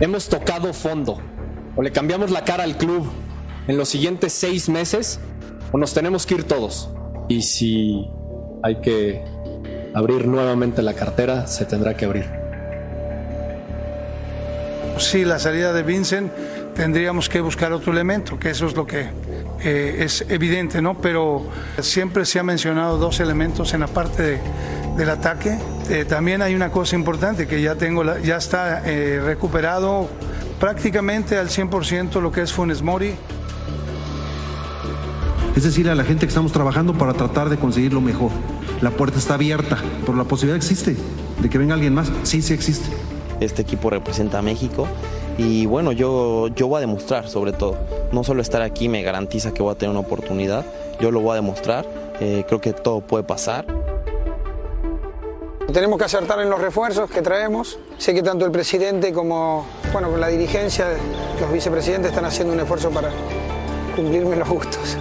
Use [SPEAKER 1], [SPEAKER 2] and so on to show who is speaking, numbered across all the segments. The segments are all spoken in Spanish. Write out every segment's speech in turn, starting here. [SPEAKER 1] Hemos tocado fondo. O le cambiamos la cara al club en los siguientes seis meses, o nos tenemos que ir todos. Y si hay que abrir nuevamente la cartera, se tendrá que abrir.
[SPEAKER 2] Sí, la salida de Vincent tendríamos que buscar otro elemento, que eso es lo que eh, es evidente, ¿no? Pero siempre se ha mencionado dos elementos en la parte de, del ataque. Eh, también hay una cosa importante que ya tengo, la, ya está eh, recuperado prácticamente al 100% lo que es Funes Mori.
[SPEAKER 3] Es decir, a la gente que estamos trabajando para tratar de conseguir lo mejor. La puerta está abierta, pero la posibilidad existe de que venga alguien más. Sí, sí existe.
[SPEAKER 4] Este equipo representa a México y bueno, yo, yo voy a demostrar sobre todo. No solo estar aquí me garantiza que voy a tener una oportunidad, yo lo voy a demostrar. Eh, creo que todo puede pasar.
[SPEAKER 5] Tenemos que acertar en los refuerzos que traemos. Sé que tanto el presidente como bueno, la dirigencia, los vicepresidentes están haciendo un esfuerzo para cumplirme los gustos.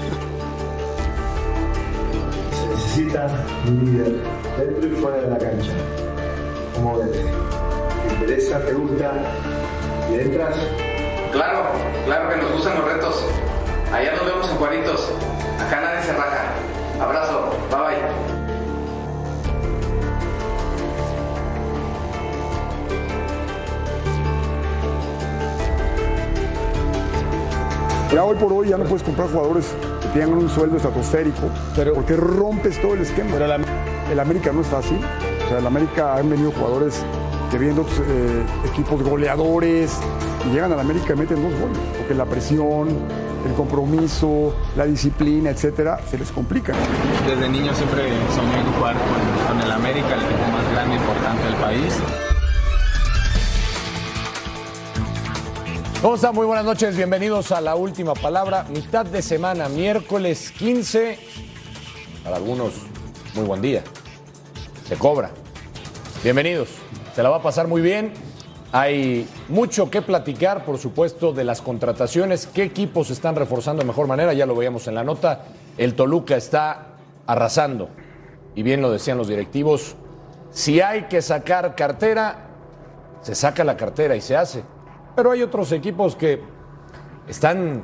[SPEAKER 6] Se necesita un líder dentro y fuera de la cancha. Como ves, te interesa, te gusta, le entras.
[SPEAKER 7] Claro, claro que nos gustan los retos. Allá nos vemos en Juanitos. Acá nadie se raja. Abrazo, bye bye.
[SPEAKER 8] Ya hoy por hoy ya no puedes comprar jugadores que tengan un sueldo estratosférico, pero, porque rompes todo el esquema. Pero la, el América no está así. O sea, el América han venido jugadores que vienen de otros eh, equipos goleadores y llegan al América y meten dos goles, porque la presión, el compromiso, la disciplina, etcétera, se les complica.
[SPEAKER 9] Desde niño siempre soñé jugar con, con el América, el equipo más grande e importante del país.
[SPEAKER 10] ¿Cómo están? Muy buenas noches, bienvenidos a la última palabra, mitad de semana, miércoles 15. Para algunos, muy buen día. Se cobra. Bienvenidos, se la va a pasar muy bien. Hay mucho que platicar, por supuesto, de las contrataciones, qué equipos se están reforzando de mejor manera, ya lo veíamos en la nota. El Toluca está arrasando, y bien lo decían los directivos, si hay que sacar cartera, se saca la cartera y se hace pero hay otros equipos que están,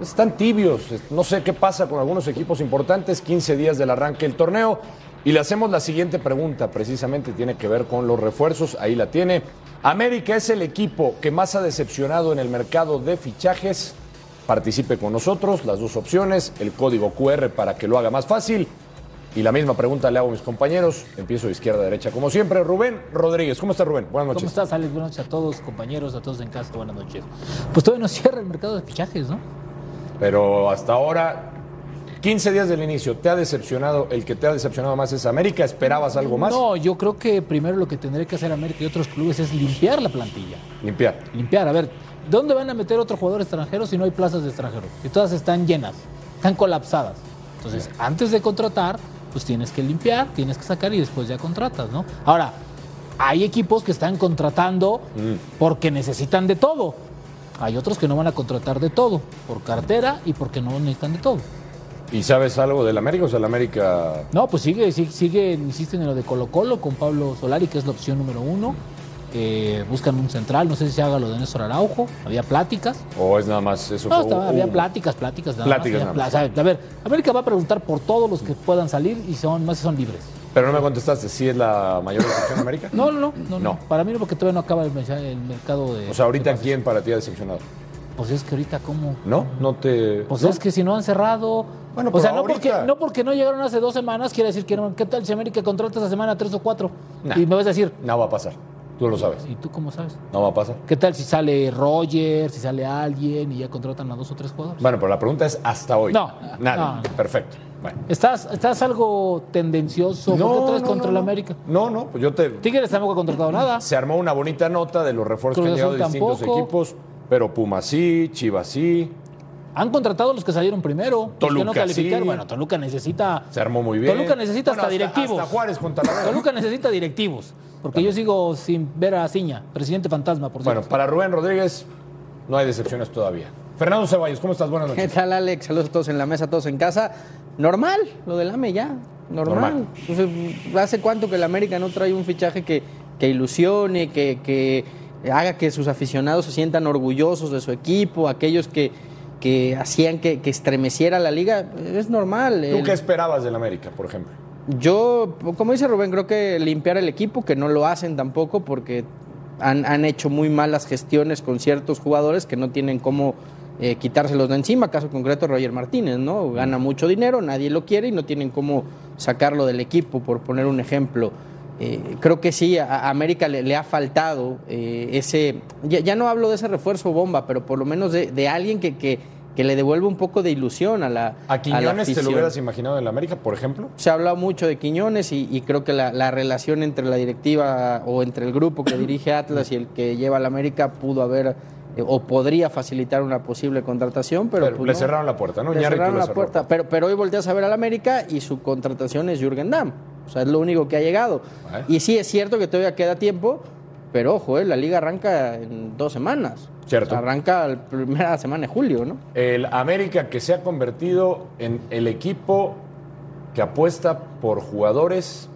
[SPEAKER 10] están tibios. No sé qué pasa con algunos equipos importantes, 15 días del arranque del torneo. Y le hacemos la siguiente pregunta, precisamente tiene que ver con los refuerzos, ahí la tiene. América es el equipo que más ha decepcionado en el mercado de fichajes. Participe con nosotros, las dos opciones, el código QR para que lo haga más fácil. Y la misma pregunta le hago a mis compañeros. Empiezo de izquierda a derecha, como siempre. Rubén Rodríguez, ¿cómo estás, Rubén? Buenas noches.
[SPEAKER 11] ¿Cómo estás, Alex? Buenas noches a todos, compañeros, a todos en casa. Buenas noches. Pues todavía no cierra el mercado de fichajes, ¿no?
[SPEAKER 10] Pero hasta ahora, 15 días del inicio, ¿te ha decepcionado? ¿El que te ha decepcionado más es América? ¿Esperabas algo más?
[SPEAKER 11] No, yo creo que primero lo que tendría que hacer América y otros clubes es limpiar la plantilla.
[SPEAKER 10] Limpiar.
[SPEAKER 11] Limpiar, a ver, ¿dónde van a meter otro jugador extranjero si no hay plazas de extranjeros? Si todas están llenas, están colapsadas. Entonces, Bien. antes de contratar, pues tienes que limpiar, tienes que sacar y después ya contratas, ¿no? Ahora, hay equipos que están contratando mm. porque necesitan de todo. Hay otros que no van a contratar de todo, por cartera y porque no necesitan de todo.
[SPEAKER 10] ¿Y sabes algo del América o sea, el América.?
[SPEAKER 11] No, pues sigue, sigue, sigue, insisten en lo de Colo-Colo con Pablo Solari, que es la opción número uno. Eh, buscan un central, no sé si se haga lo de Néstor Araujo, había pláticas.
[SPEAKER 10] ¿O oh, es nada más eso?
[SPEAKER 11] No, estaba, había pláticas, pláticas, nada
[SPEAKER 10] pláticas
[SPEAKER 11] más. Nada más. Pl a ver, América va a preguntar por todos los que puedan salir y son, más si son libres.
[SPEAKER 10] Pero no me contestaste, ¿si ¿sí es la mayor decepción de América?
[SPEAKER 11] No, no, no, no, no, Para mí no, porque todavía no acaba el, el mercado de...
[SPEAKER 10] O sea, ahorita ¿quién para ti ha decepcionado?
[SPEAKER 11] Pues es que ahorita, ¿cómo?
[SPEAKER 10] No, no te...
[SPEAKER 11] Pues
[SPEAKER 10] ¿no?
[SPEAKER 11] es que si no han cerrado... Bueno, o sea, no ahorita. porque, no porque no llegaron hace dos semanas, quiere decir que no, ¿qué tal si América contrata esta semana tres o cuatro? Nah, y me vas a decir...
[SPEAKER 10] No va a pasar. Tú lo sabes.
[SPEAKER 11] ¿Y tú cómo sabes?
[SPEAKER 10] No va a pasar.
[SPEAKER 11] ¿Qué tal si sale Roger, si sale alguien y ya contratan a dos o tres jugadores?
[SPEAKER 10] Bueno, pero la pregunta es hasta hoy.
[SPEAKER 11] No.
[SPEAKER 10] Nada. No. Perfecto. Bueno.
[SPEAKER 11] ¿Estás, ¿Estás algo tendencioso? No, ¿Por qué traes no, contra el América?
[SPEAKER 10] No, no, pues yo te.
[SPEAKER 11] Tigres tampoco ha contratado nada.
[SPEAKER 10] Se armó una bonita nota de los refuerzos que han llegado de distintos tampoco. equipos, pero Puma sí, Chivas sí.
[SPEAKER 11] Han contratado a los que salieron primero.
[SPEAKER 10] Toluca,
[SPEAKER 11] los que no calificaron. Sí. Bueno, Toluca necesita.
[SPEAKER 10] Se armó muy bien.
[SPEAKER 11] Toluca necesita bueno, hasta, hasta, directivos.
[SPEAKER 10] Hasta Juárez contra la
[SPEAKER 11] Toluca necesita directivos. Porque También. yo sigo sin ver a Ciña, presidente fantasma, por
[SPEAKER 10] cierto. Bueno, para Rubén Rodríguez no hay decepciones todavía. Fernando Ceballos, ¿cómo estás? Buenas noches.
[SPEAKER 12] ¿Qué tal, Alex? Saludos a todos en la mesa, todos en casa. Normal, lo del AME ya. Normal. Normal. Pues, ¿Hace cuánto que el América no trae un fichaje que, que ilusione, que, que haga que sus aficionados se sientan orgullosos de su equipo, aquellos que, que hacían que, que estremeciera la liga, es normal.
[SPEAKER 10] ¿Tú
[SPEAKER 12] El-
[SPEAKER 10] qué esperabas del América, por ejemplo?
[SPEAKER 12] Yo, como dice Rubén, creo que limpiar el equipo, que no lo hacen tampoco porque han, han hecho muy malas gestiones con ciertos jugadores que no tienen cómo eh, quitárselos de encima. Caso concreto, Roger Martínez, ¿no? Gana mucho dinero, nadie lo quiere y no tienen cómo sacarlo del equipo, por poner un ejemplo. Eh, creo que sí, a a América le, le ha faltado eh, ese, ya, ya no hablo de ese refuerzo bomba, pero por lo menos de, de alguien que, que- que le devuelva un poco de ilusión a la...
[SPEAKER 10] ¿A Quiñones te lo
[SPEAKER 12] afición.
[SPEAKER 10] hubieras imaginado en el América, por ejemplo?
[SPEAKER 12] Se ha hablado mucho de Quiñones y, y creo que la, la relación entre la directiva o entre el grupo que dirige Atlas y el que lleva al América pudo haber eh, o podría facilitar una posible contratación, pero, pues,
[SPEAKER 10] le
[SPEAKER 12] no.
[SPEAKER 10] cerraron la puerta, ¿no?
[SPEAKER 12] Le
[SPEAKER 10] Iñárritu
[SPEAKER 12] cerraron
[SPEAKER 10] la
[SPEAKER 12] la
[SPEAKER 10] cerró.
[SPEAKER 12] puerta. Pero, pero hoy volteas a ver al América y su contratación es Jürgen Damm. O sea, es lo único que ha llegado.
[SPEAKER 10] Vale.
[SPEAKER 12] Y sí, es cierto que todavía queda tiempo, pero ojo, eh, la liga arranca en dos semanas.
[SPEAKER 10] Cierto.
[SPEAKER 12] Arranca la primera semana de julio, ¿no?
[SPEAKER 10] El América que se ha convertido en el equipo que apuesta por jugadores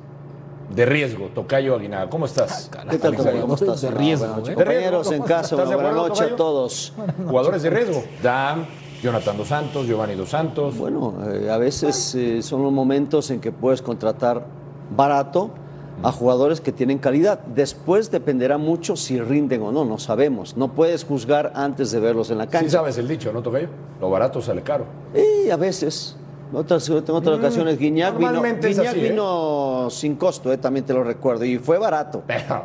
[SPEAKER 10] de riesgo. Tocayo Aguinaga, ¿cómo estás?
[SPEAKER 13] ¿Qué tal, Tocayo? ¿Cómo estás? Ah, De riesgo, ¿eh? Compañeros en casa,
[SPEAKER 10] ¿Estás de
[SPEAKER 13] buenas
[SPEAKER 10] acuerdo,
[SPEAKER 13] noches a
[SPEAKER 10] Tocayo?
[SPEAKER 13] todos.
[SPEAKER 10] Jugadores de riesgo. Dam, Jonathan Dos Santos, Giovanni Dos Santos.
[SPEAKER 13] Bueno, eh, a veces eh, son los momentos en que puedes contratar barato a jugadores que tienen calidad. Después dependerá mucho si rinden o no, no sabemos. No puedes juzgar antes de verlos en la cancha.
[SPEAKER 10] Sí sabes el dicho, ¿no, Tocayo? Lo barato sale caro.
[SPEAKER 13] Y a veces, otras, en otras
[SPEAKER 10] Mm,
[SPEAKER 13] ocasiones, Guiñac vino,
[SPEAKER 10] normalmente es
[SPEAKER 13] Guiñac
[SPEAKER 10] así, ¿eh?
[SPEAKER 13] vino sin costo, eh, también te lo recuerdo, y fue barato.
[SPEAKER 10] Pero,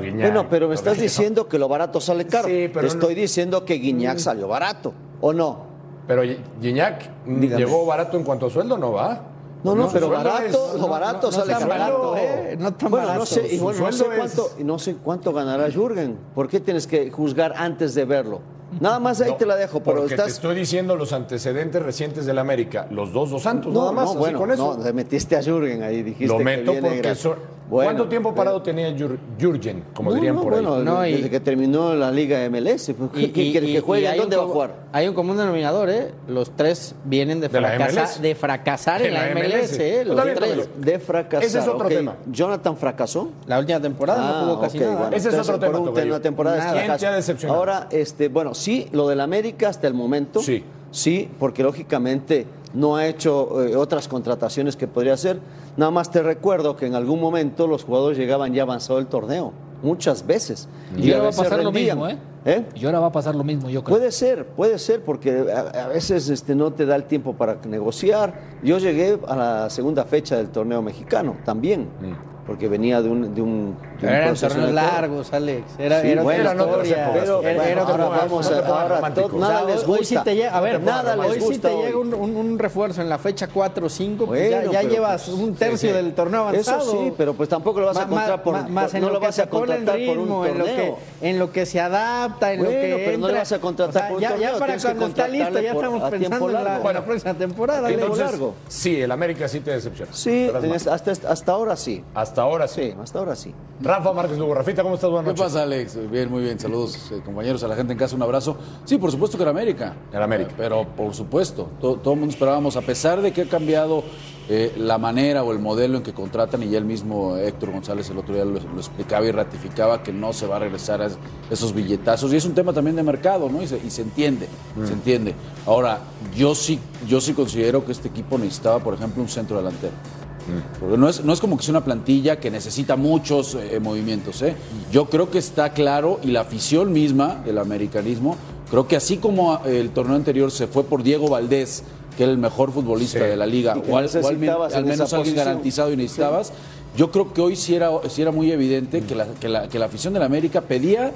[SPEAKER 10] Guiñac.
[SPEAKER 13] Bueno, pero
[SPEAKER 10] Tocayo,
[SPEAKER 13] me estás
[SPEAKER 10] no.
[SPEAKER 13] diciendo que lo barato sale caro.
[SPEAKER 10] Sí, pero
[SPEAKER 13] te
[SPEAKER 10] no-
[SPEAKER 13] estoy diciendo que Guiñac salió barato, ¿o no?
[SPEAKER 10] Pero Gui- Guiñac mm,
[SPEAKER 13] Dígame.
[SPEAKER 10] llegó barato en cuanto a sueldo, ¿no va?
[SPEAKER 13] No, no,
[SPEAKER 10] Su
[SPEAKER 13] pero
[SPEAKER 10] sueldo
[SPEAKER 13] barato,
[SPEAKER 10] es-
[SPEAKER 13] lo barato
[SPEAKER 10] no, eh, no,
[SPEAKER 13] sale
[SPEAKER 10] no,
[SPEAKER 13] caro.
[SPEAKER 10] sueldo-
[SPEAKER 12] eh, No tan
[SPEAKER 13] bueno,
[SPEAKER 12] barato.
[SPEAKER 13] no sé,
[SPEAKER 12] Su
[SPEAKER 13] igual no sé
[SPEAKER 12] sueldo
[SPEAKER 13] cuánto, y no sé cuánto ganará Jürgen. ¿Por qué tienes que juzgar antes de verlo? Nada más ahí
[SPEAKER 10] No,
[SPEAKER 13] te la dejo, pero
[SPEAKER 10] porque
[SPEAKER 13] estás.
[SPEAKER 10] te estoy diciendo los antecedentes recientes del América, los dos dos Santos, nada más, así
[SPEAKER 13] bueno,
[SPEAKER 10] con eso.
[SPEAKER 13] no, le metiste a Jürgen ahí, dijiste.
[SPEAKER 10] Lo
[SPEAKER 13] que
[SPEAKER 10] meto
[SPEAKER 13] viene
[SPEAKER 10] porque
[SPEAKER 13] gratis.
[SPEAKER 10] son-
[SPEAKER 13] Bueno,
[SPEAKER 10] ¿Cuánto tiempo parado tenía Jür- Jürgen, como
[SPEAKER 13] no,
[SPEAKER 10] dirían
[SPEAKER 13] no,
[SPEAKER 10] por ahí?
[SPEAKER 13] bueno, desde que terminó la Liga MLS, pues, ¿qué- qué quieres que juegue?
[SPEAKER 12] hay
[SPEAKER 13] ¿Dónde
[SPEAKER 12] un
[SPEAKER 13] va a
[SPEAKER 12] com-
[SPEAKER 13] jugar?
[SPEAKER 12] Hay un común denominador, ¿eh? Los tres vienen de,
[SPEAKER 13] ¿De la
[SPEAKER 12] fracasa-
[SPEAKER 13] MLS?
[SPEAKER 12] de fracasar en la MLS,
[SPEAKER 10] Pues
[SPEAKER 12] ¿eh? Los tres.
[SPEAKER 13] de fracasar.
[SPEAKER 12] Ese es otro
[SPEAKER 13] ok.
[SPEAKER 12] tema.
[SPEAKER 13] Jonathan fracasó.
[SPEAKER 12] La última temporada no jugó casi
[SPEAKER 13] ok,
[SPEAKER 12] nada.
[SPEAKER 13] bueno,
[SPEAKER 12] Ese es
[SPEAKER 13] entonces,
[SPEAKER 12] otro tema,
[SPEAKER 13] por un-
[SPEAKER 12] Tocayo.
[SPEAKER 13] una temporada es
[SPEAKER 12] Nada. ¿Quién
[SPEAKER 13] fracaso.
[SPEAKER 12] te ha decepcionado?
[SPEAKER 13] Ahora, este, bueno, sí, lo del América hasta el momento. Sí. Sí, porque lógicamente no ha hecho eh, otras contrataciones que podría hacer. Nada más te recuerdo que en algún momento los jugadores llegaban ya avanzado el torneo, muchas veces.
[SPEAKER 11] Y ahora va a
[SPEAKER 13] veces
[SPEAKER 11] pasar lo
[SPEAKER 13] rendían.
[SPEAKER 11] mismo, ¿eh?
[SPEAKER 13] ¿Eh?
[SPEAKER 11] Y ahora va a pasar lo mismo, yo creo.
[SPEAKER 13] Puede ser, puede ser, porque a, a veces este, no te da el tiempo para negociar. Yo llegué a la segunda fecha del torneo mexicano también,
[SPEAKER 11] Mm.
[SPEAKER 13] porque venía de un... De un, de un
[SPEAKER 12] Eran
[SPEAKER 13] proceso
[SPEAKER 12] torneos
[SPEAKER 13] de acuerdo.
[SPEAKER 12] largos, Alex. Era,
[SPEAKER 13] Sí,
[SPEAKER 12] era
[SPEAKER 13] bueno,
[SPEAKER 12] otra
[SPEAKER 13] pero-
[SPEAKER 12] historia.
[SPEAKER 13] pero-
[SPEAKER 12] Era-
[SPEAKER 13] bueno,
[SPEAKER 12] era otra
[SPEAKER 13] ahora
[SPEAKER 12] cosa.
[SPEAKER 13] vamos a-
[SPEAKER 12] No te pongas
[SPEAKER 13] ahora
[SPEAKER 12] romántico.
[SPEAKER 13] todo- nada
[SPEAKER 12] O sea,
[SPEAKER 13] les
[SPEAKER 12] hoy- Hoy
[SPEAKER 13] gusta.
[SPEAKER 12] sí te llega, a
[SPEAKER 13] No
[SPEAKER 12] ver,
[SPEAKER 13] te pongas
[SPEAKER 12] nada les
[SPEAKER 13] romántico.
[SPEAKER 12] gusta. Hoy sí
[SPEAKER 13] hoy.
[SPEAKER 12] te llega un, un- un refuerzo en la fecha 4 o 5, pues
[SPEAKER 13] Bueno,
[SPEAKER 12] ya, ya
[SPEAKER 13] pero
[SPEAKER 12] llevas
[SPEAKER 13] pues,
[SPEAKER 12] un tercio
[SPEAKER 13] sí, sí.
[SPEAKER 12] del torneo
[SPEAKER 13] Eso
[SPEAKER 12] avanzado.
[SPEAKER 13] sí, pero pues tampoco lo vas a
[SPEAKER 12] Ma- ma-
[SPEAKER 13] encontrar por-
[SPEAKER 12] ma- más
[SPEAKER 13] por-
[SPEAKER 12] en
[SPEAKER 13] no
[SPEAKER 12] lo
[SPEAKER 13] lo
[SPEAKER 12] que
[SPEAKER 13] vas a
[SPEAKER 12] se pone el
[SPEAKER 13] contratar por un
[SPEAKER 12] ritmo, en lo que-
[SPEAKER 13] torneo.
[SPEAKER 12] En lo que se adapta, en lo
[SPEAKER 13] Bueno,
[SPEAKER 12] que
[SPEAKER 13] pero no le
[SPEAKER 12] entra.
[SPEAKER 13] vas a contratar
[SPEAKER 12] O sea,
[SPEAKER 13] por un
[SPEAKER 12] ya,
[SPEAKER 13] torneo,
[SPEAKER 12] ya para
[SPEAKER 13] tienes que
[SPEAKER 12] cuando está
[SPEAKER 13] contratarle
[SPEAKER 12] listo, ya
[SPEAKER 13] por-
[SPEAKER 12] estamos
[SPEAKER 13] a tiempo
[SPEAKER 12] pensando en la,
[SPEAKER 13] largo.
[SPEAKER 12] en
[SPEAKER 13] Bueno,
[SPEAKER 12] la próxima temporada.
[SPEAKER 10] Entonces,
[SPEAKER 12] Alex.
[SPEAKER 10] Sí, el América sí te decepciona.
[SPEAKER 13] Sí, tenés- hasta, hasta ahora sí.
[SPEAKER 10] Hasta ahora
[SPEAKER 13] sí. hasta ahora sí.
[SPEAKER 10] Rafa Márquez Lugo, Rafita, ¿cómo estás? Buenas
[SPEAKER 14] ¿Qué pasa, Alex? Bien, muy bien. Saludos, eh, compañeros, a la gente en casa. Un abrazo. Sí, por supuesto que era América. Era América. Pero, por supuesto, to- todo el mundo esperábamos, a pesar de que ha cambiado eh, la manera o el modelo en que contratan, y ya el mismo Héctor González el otro día lo, lo explicaba y ratificaba que no se va a regresar a es- esos billetazos. Y es un tema también de mercado, ¿no? Y se, y se entiende,
[SPEAKER 15] Mm.
[SPEAKER 14] se entiende. Ahora, yo sí, yo sí considero que este equipo necesitaba, por ejemplo, un centro delantero.
[SPEAKER 10] Mm.
[SPEAKER 14] Porque no es, no es como que sea una plantilla que necesita muchos eh, movimientos. ¿eh? Yo creo que está claro y la afición misma del americanismo, creo que así como eh, el torneo anterior se fue por Diego Valdés, que era el mejor futbolista
[SPEAKER 13] Sí.
[SPEAKER 14] de la liga,
[SPEAKER 13] Y que
[SPEAKER 14] o al, o al men-
[SPEAKER 13] necesitabas
[SPEAKER 14] al
[SPEAKER 13] en
[SPEAKER 14] menos
[SPEAKER 13] esa
[SPEAKER 14] alguien
[SPEAKER 13] posición.
[SPEAKER 14] garantizado y necesitabas, yo creo que hoy sí era, sí era muy evidente que la, que, la, que la afición del América pedía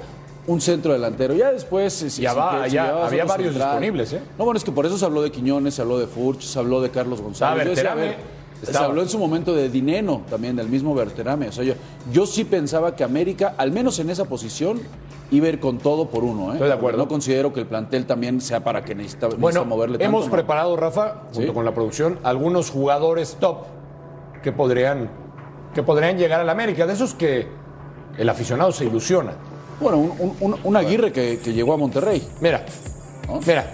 [SPEAKER 14] un centro delantero. Ya después... si- si-
[SPEAKER 10] Ya va,
[SPEAKER 14] si
[SPEAKER 10] ya
[SPEAKER 14] llevabas
[SPEAKER 10] había
[SPEAKER 14] otro
[SPEAKER 10] varios disponibles, ¿eh?
[SPEAKER 14] No, bueno, es que por eso se habló de Quiñones, se habló de Furch, se habló de Carlos González.
[SPEAKER 10] Ah,
[SPEAKER 14] Yo decía,
[SPEAKER 10] Berterame
[SPEAKER 14] se
[SPEAKER 10] estaba.
[SPEAKER 14] habló en su momento de Dineno, también del mismo Berterame. O sea, yo, yo sí pensaba que América, al menos en esa posición, iba a ir con todo por uno. ¿eh?
[SPEAKER 10] Estoy de acuerdo.
[SPEAKER 14] No considero que el plantel también sea para que necesita,
[SPEAKER 10] Bueno,
[SPEAKER 14] necesita moverle tanto.
[SPEAKER 10] hemos
[SPEAKER 14] ¿no?
[SPEAKER 10] preparado, Rafa, junto
[SPEAKER 14] Sí.
[SPEAKER 10] con la producción, algunos jugadores top que podrían, que podrían llegar al América, de esos que el aficionado se ilusiona.
[SPEAKER 14] Bueno, un, un- un- un Aguirre que, que llegó a Monterrey.
[SPEAKER 10] Mira, mira,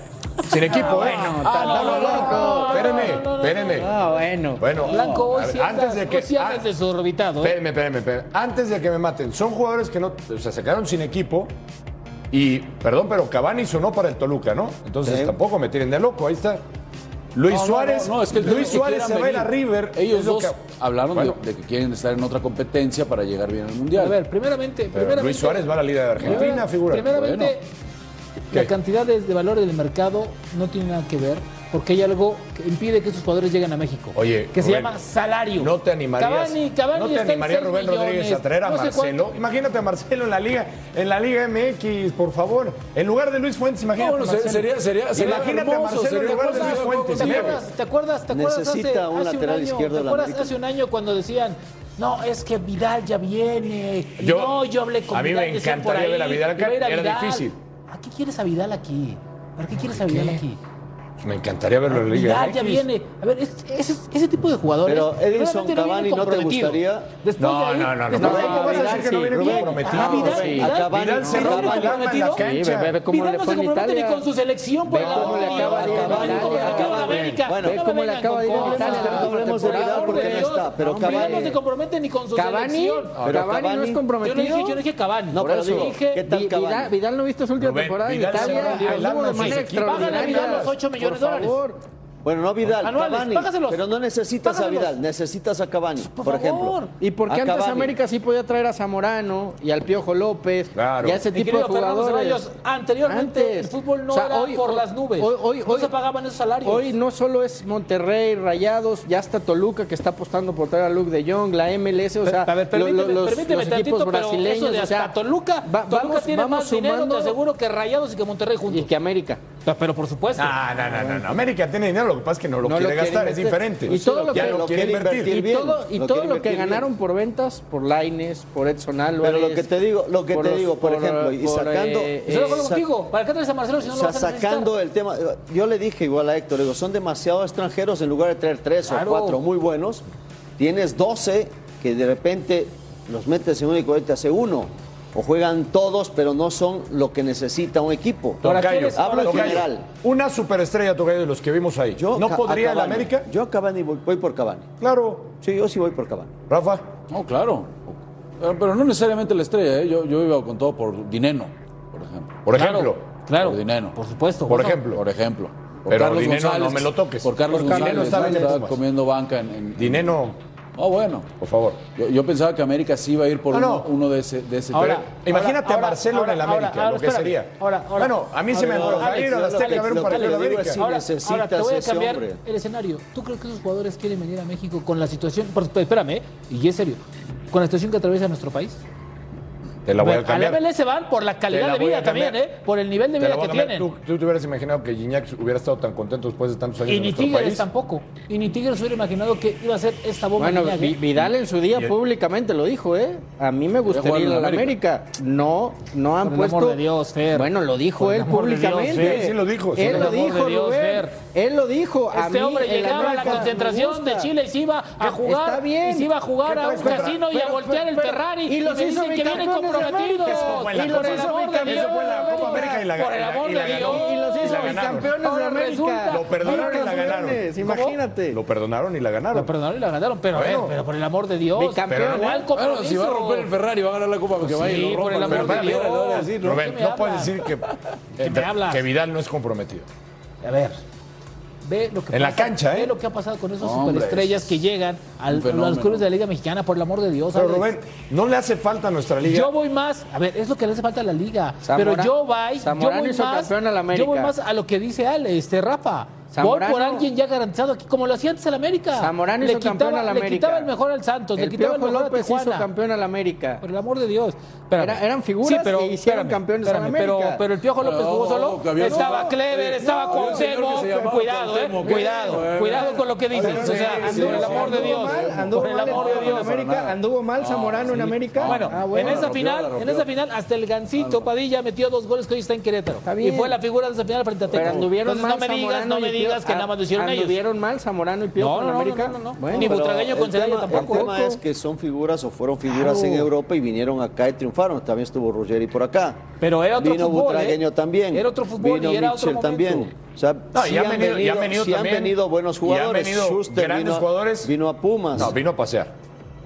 [SPEAKER 10] Sin equipo,
[SPEAKER 12] Ah,
[SPEAKER 10] ¿eh?
[SPEAKER 12] bueno,
[SPEAKER 10] Ah,
[SPEAKER 12] tan-
[SPEAKER 10] no, no, no, no, Espéreme, espéreme.
[SPEAKER 12] Ah, bueno.
[SPEAKER 10] Bueno,
[SPEAKER 11] Blanco, hoy
[SPEAKER 10] a ver,
[SPEAKER 11] sí
[SPEAKER 10] antes
[SPEAKER 11] andas-
[SPEAKER 10] de
[SPEAKER 11] hoy
[SPEAKER 10] que.
[SPEAKER 11] sí andas
[SPEAKER 10] ah,
[SPEAKER 11] desorbitado, ¿eh?
[SPEAKER 10] Espéreme, espéreme, espéreme. Antes de que me maten, son jugadores que no. O sea, se quedaron sin equipo. Y, perdón, pero Cavani sonó para el Toluca, ¿no? Entonces
[SPEAKER 14] Sí.
[SPEAKER 10] tampoco me tiren de loco, ahí está. Luis
[SPEAKER 14] No, no,
[SPEAKER 10] Suárez,
[SPEAKER 14] no, no, es que el tema
[SPEAKER 10] Luis
[SPEAKER 14] es que
[SPEAKER 10] Suárez
[SPEAKER 14] quieran
[SPEAKER 10] se va a ir a
[SPEAKER 14] venir.
[SPEAKER 10] River.
[SPEAKER 14] Ellos
[SPEAKER 10] es lo
[SPEAKER 14] dos
[SPEAKER 10] que-
[SPEAKER 14] hablaron
[SPEAKER 10] Bueno,
[SPEAKER 14] de, de que quieren estar en otra competencia para llegar bien al mundial.
[SPEAKER 11] A ver,
[SPEAKER 10] Eh,
[SPEAKER 11] primeramente,
[SPEAKER 14] Pero
[SPEAKER 11] primeramente-
[SPEAKER 14] Luis Suárez va a la Liga de Argentina,
[SPEAKER 11] Primera-
[SPEAKER 14] figura.
[SPEAKER 11] Primeramente,
[SPEAKER 14] Bueno.
[SPEAKER 11] la
[SPEAKER 14] ¿Qué?
[SPEAKER 11] cantidad de, de valores del mercado no tiene nada que ver, porque hay algo que impide que esos jugadores lleguen a México.
[SPEAKER 10] Oye,
[SPEAKER 11] que se
[SPEAKER 10] Rubén,
[SPEAKER 11] llama salario.
[SPEAKER 10] No te animarías.
[SPEAKER 11] Cavani, Cavani
[SPEAKER 10] no te
[SPEAKER 11] está en
[SPEAKER 10] animaría
[SPEAKER 11] seis
[SPEAKER 10] Rubén Rodríguez
[SPEAKER 11] millones,
[SPEAKER 10] a traer a
[SPEAKER 11] no sé
[SPEAKER 10] Marcelo.
[SPEAKER 11] cuánto.
[SPEAKER 10] Imagínate a Marcelo en la Liga, en la Liga MX, por favor. En lugar de Luis Fuentes, imagínate.
[SPEAKER 14] No, bueno,
[SPEAKER 10] a
[SPEAKER 14] se-
[SPEAKER 10] Marcelo.
[SPEAKER 14] sería- sería- sería
[SPEAKER 10] imagínate a
[SPEAKER 14] hermoso,
[SPEAKER 10] Marcelo
[SPEAKER 14] sería
[SPEAKER 10] en lugar de
[SPEAKER 14] hermoso,
[SPEAKER 10] Luis
[SPEAKER 14] sería
[SPEAKER 10] Fuentes.
[SPEAKER 11] ¿Te
[SPEAKER 10] mira,
[SPEAKER 11] acuerdas, ¿Te acuerdas, te acuerdas hace,
[SPEAKER 13] Necesita un
[SPEAKER 11] hace
[SPEAKER 13] lateral
[SPEAKER 11] año,
[SPEAKER 13] izquierdo
[SPEAKER 11] ¿Te
[SPEAKER 13] de la
[SPEAKER 11] acuerdas
[SPEAKER 13] América.
[SPEAKER 11] hace un año cuando decían, no, es que Vidal ya viene?
[SPEAKER 10] Yo-
[SPEAKER 11] no, yo hablé con
[SPEAKER 10] a mí me
[SPEAKER 11] Vidal. decían por
[SPEAKER 10] encantaría
[SPEAKER 11] ahí,
[SPEAKER 10] ver a Vidal acá,
[SPEAKER 11] iba a ir a
[SPEAKER 10] era
[SPEAKER 11] Vidal.
[SPEAKER 10] difícil.
[SPEAKER 11] ¿A qué quieres a Vidal aquí? ¿Para qué quieres a Vidal aquí?
[SPEAKER 10] Me encantaría verlo en la Liga ¿eh?
[SPEAKER 11] Vidal
[SPEAKER 10] MX.
[SPEAKER 11] ya viene. A ver, es- ese, ese tipo de jugadores.
[SPEAKER 13] Pero Edinson
[SPEAKER 11] realmente no
[SPEAKER 13] Cavani
[SPEAKER 11] vienen
[SPEAKER 13] no te
[SPEAKER 11] comprometidos.
[SPEAKER 13] gustaría.
[SPEAKER 11] Después de
[SPEAKER 10] No,
[SPEAKER 11] ahí-
[SPEAKER 10] no, no, no.
[SPEAKER 11] después
[SPEAKER 10] ¿Cómo
[SPEAKER 11] de ahí-
[SPEAKER 10] vas a decir que no viene
[SPEAKER 11] Bien.
[SPEAKER 10] comprometido?
[SPEAKER 11] Ah, Vidal,
[SPEAKER 10] Sí.
[SPEAKER 11] Vidal,
[SPEAKER 10] Vidal se rompe el
[SPEAKER 11] Vidal no
[SPEAKER 10] alma en la
[SPEAKER 11] comprometido.
[SPEAKER 10] cancha.
[SPEAKER 11] Vidal no se compromete ni con su selección, por el amor de Dios. Vidal no se compromete.
[SPEAKER 13] Bueno,
[SPEAKER 11] No me
[SPEAKER 13] cómo le
[SPEAKER 11] vengan
[SPEAKER 13] acaba
[SPEAKER 11] con
[SPEAKER 13] de ir a
[SPEAKER 11] cosas.
[SPEAKER 13] Italia,
[SPEAKER 11] No,
[SPEAKER 13] no hablemos de
[SPEAKER 11] por el
[SPEAKER 13] Vidal
[SPEAKER 11] amor
[SPEAKER 13] porque
[SPEAKER 11] de
[SPEAKER 13] no
[SPEAKER 11] Dios.
[SPEAKER 13] está, pero
[SPEAKER 11] Vidal no
[SPEAKER 13] Cavani-
[SPEAKER 11] se compromete ni con su
[SPEAKER 12] Cavani,
[SPEAKER 11] selección.
[SPEAKER 12] pero Cavani no es comprometido.
[SPEAKER 11] Yo no dije, yo no dije Cavani.
[SPEAKER 12] No, pero
[SPEAKER 11] Yo
[SPEAKER 12] digo,
[SPEAKER 11] dije-
[SPEAKER 12] ¿qué tal Vi- Vidal- Cavani? Vidal no viste su última
[SPEAKER 13] Rubén,
[SPEAKER 12] temporada en
[SPEAKER 13] Vidal se
[SPEAKER 12] Italia,
[SPEAKER 13] rompió el
[SPEAKER 12] anduvo
[SPEAKER 13] alma
[SPEAKER 12] de
[SPEAKER 13] en
[SPEAKER 12] manera
[SPEAKER 13] sus equipos.
[SPEAKER 12] extraordinaria.
[SPEAKER 13] Págale a Vidal los ocho
[SPEAKER 11] millones de
[SPEAKER 12] Por
[SPEAKER 11] dólares.
[SPEAKER 12] favor.
[SPEAKER 13] Bueno, no Vidal,
[SPEAKER 12] Anuales,
[SPEAKER 13] Cavani.
[SPEAKER 12] págaselos.
[SPEAKER 13] Pero no necesitas
[SPEAKER 12] Págaselos. Pues,
[SPEAKER 13] a Vidal, necesitas a Cavani, por, ejemplo.
[SPEAKER 12] ¿Y por qué
[SPEAKER 13] A
[SPEAKER 12] antes
[SPEAKER 13] Cavani.
[SPEAKER 12] América sí podía traer a Zamorano y al Piojo López y a ese
[SPEAKER 11] Mi
[SPEAKER 12] tipo de
[SPEAKER 11] querido Fernando
[SPEAKER 12] jugadores?
[SPEAKER 11] Ceballos, anteriormente el fútbol no
[SPEAKER 12] O sea,
[SPEAKER 11] era
[SPEAKER 12] hoy-
[SPEAKER 11] por
[SPEAKER 12] hoy-
[SPEAKER 11] las nubes.
[SPEAKER 12] hoy- hoy-
[SPEAKER 11] no se pagaban esos salarios.
[SPEAKER 12] Hoy no solo es Monterrey, Rayados, ya está Toluca que está apostando por traer a Luke de Jong, la MLS, o sea,
[SPEAKER 11] a ver,
[SPEAKER 12] lo- lo-
[SPEAKER 11] permíteme,
[SPEAKER 12] los,
[SPEAKER 11] permíteme
[SPEAKER 12] los
[SPEAKER 11] tantito,
[SPEAKER 12] equipos
[SPEAKER 11] pero eso
[SPEAKER 12] brasileños,
[SPEAKER 11] de
[SPEAKER 12] o sea,
[SPEAKER 11] hasta Toluca,
[SPEAKER 12] va-
[SPEAKER 11] Toluca tiene más dinero, te aseguro, que Rayados y que Monterrey juntos. Ah,
[SPEAKER 12] Y que América. Ah,
[SPEAKER 11] Pero por supuesto.
[SPEAKER 10] No, no, no, no, no. América tiene dinero, lo que pasa es que no lo
[SPEAKER 12] No lo
[SPEAKER 10] quiere
[SPEAKER 12] quiere
[SPEAKER 10] gastar, es
[SPEAKER 12] invertir.
[SPEAKER 10] diferente.
[SPEAKER 12] Y todo lo
[SPEAKER 10] Ya
[SPEAKER 12] que-
[SPEAKER 10] no
[SPEAKER 12] lo
[SPEAKER 10] quiere
[SPEAKER 12] quiere
[SPEAKER 10] invertir.
[SPEAKER 12] Y todo, y
[SPEAKER 13] lo quiere
[SPEAKER 12] todo lo que
[SPEAKER 13] invertir bien.
[SPEAKER 12] ganaron por ventas, por Laines, por Edson Álvarez.
[SPEAKER 13] Pero lo que te digo, lo que
[SPEAKER 12] por
[SPEAKER 13] te
[SPEAKER 12] los-
[SPEAKER 13] digo, por, ejemplo, y
[SPEAKER 12] por,
[SPEAKER 13] sacando.
[SPEAKER 12] eh,
[SPEAKER 13] eh,
[SPEAKER 11] Yo lo acuerdo
[SPEAKER 13] sac-
[SPEAKER 11] contigo. ¿Para qué traes a Marcelo si no
[SPEAKER 13] O
[SPEAKER 11] lo
[SPEAKER 13] sea,
[SPEAKER 11] vas a necesitar?
[SPEAKER 13] sacando el tema, yo le dije igual a Héctor, digo, son demasiados extranjeros en lugar de traer tres
[SPEAKER 11] Claro.
[SPEAKER 13] o cuatro muy buenos, tienes 12 que de repente los metes en un equipo y te hace uno. O juegan todos, pero no son lo que necesita un equipo.
[SPEAKER 10] Tocayo,
[SPEAKER 13] Hablo en
[SPEAKER 10] Tocayo,
[SPEAKER 13] general.
[SPEAKER 10] Una superestrella Tocayo de los que vimos ahí. ¿No
[SPEAKER 13] Ca- a
[SPEAKER 10] podría el
[SPEAKER 13] Cavani.
[SPEAKER 10] América?
[SPEAKER 13] Yo a Cavani voy, voy por Cavani.
[SPEAKER 10] Claro.
[SPEAKER 13] Sí, yo sí voy por Cavani.
[SPEAKER 10] Rafa.
[SPEAKER 14] No, claro. Pero, pero no necesariamente la estrella, ¿eh? Yo, yo iba con todo por Dineno, por ejemplo.
[SPEAKER 10] Por ejemplo.
[SPEAKER 14] Claro. Por Dineno. Por
[SPEAKER 11] supuesto.
[SPEAKER 10] Por ejemplo.
[SPEAKER 14] Por ejemplo. Por
[SPEAKER 10] Pero
[SPEAKER 14] Carlos
[SPEAKER 10] Dineno
[SPEAKER 14] González,
[SPEAKER 10] no me lo toques.
[SPEAKER 14] Por Carlos
[SPEAKER 10] Porque Dineno
[SPEAKER 14] González.
[SPEAKER 10] estaba en el
[SPEAKER 14] estaba
[SPEAKER 10] Pumas.
[SPEAKER 14] comiendo banca en...
[SPEAKER 10] Dineno.
[SPEAKER 14] Oh, bueno.
[SPEAKER 10] Por favor.
[SPEAKER 14] Yo, yo pensaba que América sí iba a ir por
[SPEAKER 10] No,
[SPEAKER 14] uno,
[SPEAKER 10] no.
[SPEAKER 14] uno de ese, de ese
[SPEAKER 10] Ahora,
[SPEAKER 14] tren.
[SPEAKER 10] imagínate a Marcelo en el América, lo que
[SPEAKER 11] espérame.
[SPEAKER 10] sería.
[SPEAKER 11] Ahora, ahora.
[SPEAKER 10] bueno, a mí se me
[SPEAKER 11] Ahora,
[SPEAKER 10] antojaría
[SPEAKER 11] Alex,
[SPEAKER 10] ir a la
[SPEAKER 11] Alex,
[SPEAKER 10] Azteca a ver un
[SPEAKER 11] lo que
[SPEAKER 10] partido de
[SPEAKER 11] le digo
[SPEAKER 10] América.
[SPEAKER 11] es si necesitas ahora te voy a cambiar el escenario. ¿Tú crees que esos jugadores quieren venir a México con la situación? por- espérame, ¿eh? y es serio. Con la situación que atraviesa nuestro país.
[SPEAKER 10] Te la voy a
[SPEAKER 11] a la
[SPEAKER 10] cambiar.
[SPEAKER 11] MLS se van por la
[SPEAKER 10] Te
[SPEAKER 11] calidad
[SPEAKER 10] la
[SPEAKER 11] de
[SPEAKER 10] voy
[SPEAKER 11] vida
[SPEAKER 10] a cambiar.
[SPEAKER 11] también, ¿eh? Por el nivel de
[SPEAKER 10] Te la
[SPEAKER 11] vida
[SPEAKER 10] voy
[SPEAKER 11] que
[SPEAKER 10] a cambiar.
[SPEAKER 11] tienen.
[SPEAKER 10] ¿Tú, tú te hubieras imaginado que Gignac hubiera estado tan contento después de tantos años
[SPEAKER 11] Y
[SPEAKER 10] en
[SPEAKER 11] ni
[SPEAKER 10] nuestro
[SPEAKER 11] Tigres
[SPEAKER 10] país?
[SPEAKER 11] tampoco. Y ni Tigres hubiera imaginado que iba a ser esta bomba.
[SPEAKER 12] Bueno,
[SPEAKER 11] Guiñac, ¿eh?
[SPEAKER 12] Vi- Vidal en su día
[SPEAKER 11] Y el-
[SPEAKER 12] públicamente lo dijo, ¿eh? A mí me
[SPEAKER 11] jugar
[SPEAKER 12] gustaría
[SPEAKER 11] en
[SPEAKER 12] ir a la
[SPEAKER 11] América.
[SPEAKER 12] América. No, no han
[SPEAKER 11] Por el
[SPEAKER 12] puesto.
[SPEAKER 11] amor de Dios, Fer.
[SPEAKER 12] Bueno, lo dijo
[SPEAKER 11] Por el
[SPEAKER 12] él
[SPEAKER 11] amor de Dios,
[SPEAKER 12] públicamente.
[SPEAKER 11] Fer. Sí, sí lo dijo, sí.
[SPEAKER 12] Él
[SPEAKER 11] Por el
[SPEAKER 12] lo
[SPEAKER 11] amor
[SPEAKER 12] dijo,
[SPEAKER 11] de Dios,
[SPEAKER 12] Rubén.
[SPEAKER 11] Fer.
[SPEAKER 12] Él lo dijo. a
[SPEAKER 11] Este
[SPEAKER 12] mí
[SPEAKER 11] hombre
[SPEAKER 12] en la
[SPEAKER 11] llegaba a la
[SPEAKER 12] América me
[SPEAKER 11] concentración
[SPEAKER 12] gusta.
[SPEAKER 11] de Chile y se iba a jugar.
[SPEAKER 12] Está bien.
[SPEAKER 11] Y se iba a jugar
[SPEAKER 12] ¿Qué
[SPEAKER 11] a un
[SPEAKER 12] traes contra-
[SPEAKER 11] casino y a
[SPEAKER 12] pero-
[SPEAKER 11] voltear el
[SPEAKER 12] pero-
[SPEAKER 11] Ferrari.
[SPEAKER 12] y
[SPEAKER 11] Y
[SPEAKER 12] los
[SPEAKER 11] me
[SPEAKER 12] hizo
[SPEAKER 11] dicen que vienen
[SPEAKER 12] bicampeones de
[SPEAKER 11] comprometidos.
[SPEAKER 12] América. Eso fue
[SPEAKER 11] Y
[SPEAKER 12] la
[SPEAKER 11] los
[SPEAKER 12] Copa
[SPEAKER 11] hizo
[SPEAKER 12] América,
[SPEAKER 11] por
[SPEAKER 12] eso fue la Copa América y la
[SPEAKER 11] Por el
[SPEAKER 12] ganaron.
[SPEAKER 11] amor
[SPEAKER 12] Y
[SPEAKER 11] de
[SPEAKER 12] la
[SPEAKER 11] Dios.
[SPEAKER 12] ganaron. Y los hizo
[SPEAKER 11] Y la ganaron.
[SPEAKER 12] bicampeones de
[SPEAKER 11] Ahora
[SPEAKER 12] América.
[SPEAKER 11] resulta-
[SPEAKER 10] Lo perdonaron y la ganaron.
[SPEAKER 12] Campeones,
[SPEAKER 10] ¿Cómo?
[SPEAKER 12] imagínate.
[SPEAKER 10] Lo perdonaron y la ganaron.
[SPEAKER 11] Lo perdonaron y la ganaron, pero,
[SPEAKER 10] Bueno.
[SPEAKER 11] a ver, pero por el amor de Dios.
[SPEAKER 10] Bicampeón,
[SPEAKER 11] Igual
[SPEAKER 10] ¿eh?
[SPEAKER 11] compromiso.
[SPEAKER 14] Bueno, si va a romper el Ferrari, va a ganar la Copa, que
[SPEAKER 11] Pues
[SPEAKER 14] vaya y
[SPEAKER 11] sí,
[SPEAKER 14] lo rompa.
[SPEAKER 11] por el amor
[SPEAKER 14] Pero
[SPEAKER 11] de
[SPEAKER 14] espérame,
[SPEAKER 11] Dios.
[SPEAKER 14] le voy a decir, ¿no?
[SPEAKER 10] Rubén,
[SPEAKER 11] ¿Qué me
[SPEAKER 10] no
[SPEAKER 11] hablas?
[SPEAKER 10] puedes decir que,
[SPEAKER 11] ¿Qué me hablas?
[SPEAKER 10] que Vidal no es comprometido.
[SPEAKER 11] A ver. Ve lo que
[SPEAKER 10] En la
[SPEAKER 11] pasa,
[SPEAKER 10] cancha, ¿eh?
[SPEAKER 11] Ve lo que ha pasado con esas
[SPEAKER 10] Hombre,
[SPEAKER 11] superestrellas que llegan al-
[SPEAKER 10] un fenómeno.
[SPEAKER 11] a los clubes de la Liga Mexicana, por el amor de Dios.
[SPEAKER 10] Pero
[SPEAKER 11] Alex.
[SPEAKER 10] Rubén, no le hace falta a nuestra liga.
[SPEAKER 11] Yo voy más, a ver, es lo que le hace falta a la liga.
[SPEAKER 10] Zamora-
[SPEAKER 11] pero yo voy, yo
[SPEAKER 10] Zamorano
[SPEAKER 11] voy
[SPEAKER 10] hizo
[SPEAKER 11] más,
[SPEAKER 10] campeón a la América.
[SPEAKER 11] yo voy más a lo que dice Ale, este Rafa.
[SPEAKER 12] Zamorano-
[SPEAKER 11] voy por alguien ya garantizado aquí, como lo hacía antes a la América.
[SPEAKER 12] Zamorano
[SPEAKER 11] le
[SPEAKER 12] hizo
[SPEAKER 11] quitaba,
[SPEAKER 12] campeón a la
[SPEAKER 11] Le
[SPEAKER 12] América.
[SPEAKER 11] quitaba el mejor al Santos, le
[SPEAKER 12] El
[SPEAKER 11] quitaba el
[SPEAKER 12] Piojo
[SPEAKER 11] mejor
[SPEAKER 12] López
[SPEAKER 11] a
[SPEAKER 12] hizo
[SPEAKER 11] Tijuana.
[SPEAKER 12] campeón al América.
[SPEAKER 11] Por el amor de Dios. Espérame.
[SPEAKER 12] Era- eran figuras e hicieron campeones al América.
[SPEAKER 11] Pero, pero el Piojo López jugó
[SPEAKER 12] No,
[SPEAKER 11] solo.
[SPEAKER 12] que había-
[SPEAKER 11] estaba
[SPEAKER 12] no,
[SPEAKER 11] Clever,
[SPEAKER 12] eh,
[SPEAKER 11] estaba
[SPEAKER 12] no,
[SPEAKER 11] Concebo.
[SPEAKER 12] había un señor que se llamaba
[SPEAKER 11] Cuidado, eh.
[SPEAKER 12] Cuauhtémoc.
[SPEAKER 11] Cuidado,
[SPEAKER 12] Eh,
[SPEAKER 11] cuidado con lo que dices.
[SPEAKER 12] Oigan,
[SPEAKER 11] O sea,
[SPEAKER 12] sí, sí,
[SPEAKER 11] por el
[SPEAKER 12] sí,
[SPEAKER 11] amor de
[SPEAKER 12] anduvo
[SPEAKER 11] Dios.
[SPEAKER 12] mal, anduvo
[SPEAKER 11] Por el
[SPEAKER 12] mal
[SPEAKER 11] amor de
[SPEAKER 12] en
[SPEAKER 11] Dios.
[SPEAKER 12] América, anduvo mal Zamorano en América.
[SPEAKER 11] Bueno,
[SPEAKER 12] Ah, bueno.
[SPEAKER 11] en
[SPEAKER 12] La
[SPEAKER 11] esa
[SPEAKER 12] rompió,
[SPEAKER 11] final,
[SPEAKER 12] la rompió.
[SPEAKER 11] en esa final, hasta el gancito Padilla metió dos goles que hoy está en Querétaro.
[SPEAKER 12] bien.
[SPEAKER 11] Y fue la figura de esa final frente a Tecos.
[SPEAKER 12] Pero anduvieron
[SPEAKER 11] Entonces,
[SPEAKER 12] mal
[SPEAKER 11] no me digas,
[SPEAKER 12] Zamorano
[SPEAKER 11] no me
[SPEAKER 12] y
[SPEAKER 11] ligas que nada más lo hicieron ellos.
[SPEAKER 12] ¿Anduvieron mal Zamorano y Pío
[SPEAKER 11] No,
[SPEAKER 12] con
[SPEAKER 11] no, no,
[SPEAKER 12] América?
[SPEAKER 11] no, no, no.
[SPEAKER 12] Bueno,
[SPEAKER 11] Ni
[SPEAKER 12] pero-
[SPEAKER 11] Butragueño con
[SPEAKER 13] el tema,
[SPEAKER 11] Celaya tampoco.
[SPEAKER 13] el tema es que son figuras o fueron figuras en
[SPEAKER 11] Claro.
[SPEAKER 13] Europa y vinieron acá y triunfaron. También estuvo Ruggeri por acá.
[SPEAKER 11] Pero era otro
[SPEAKER 13] Vino
[SPEAKER 11] fútbol,
[SPEAKER 13] Butragueño
[SPEAKER 11] ¿eh?
[SPEAKER 13] también.
[SPEAKER 11] Era otro fútbol
[SPEAKER 13] Vino
[SPEAKER 11] y era
[SPEAKER 13] Mitchell
[SPEAKER 11] otro
[SPEAKER 13] también.
[SPEAKER 11] momento.
[SPEAKER 13] O sea,
[SPEAKER 11] No, y
[SPEAKER 13] sí
[SPEAKER 11] han
[SPEAKER 13] han,
[SPEAKER 11] venido-
[SPEAKER 13] venido,
[SPEAKER 11] y han venido
[SPEAKER 13] sí han
[SPEAKER 11] también-
[SPEAKER 13] venido
[SPEAKER 10] Y
[SPEAKER 13] buenos
[SPEAKER 10] han
[SPEAKER 13] jugadores.
[SPEAKER 10] venido
[SPEAKER 13] Schuster
[SPEAKER 10] grandes
[SPEAKER 13] vino-
[SPEAKER 10] jugadores.
[SPEAKER 13] Vino a Pumas.
[SPEAKER 10] No, vino a pasear.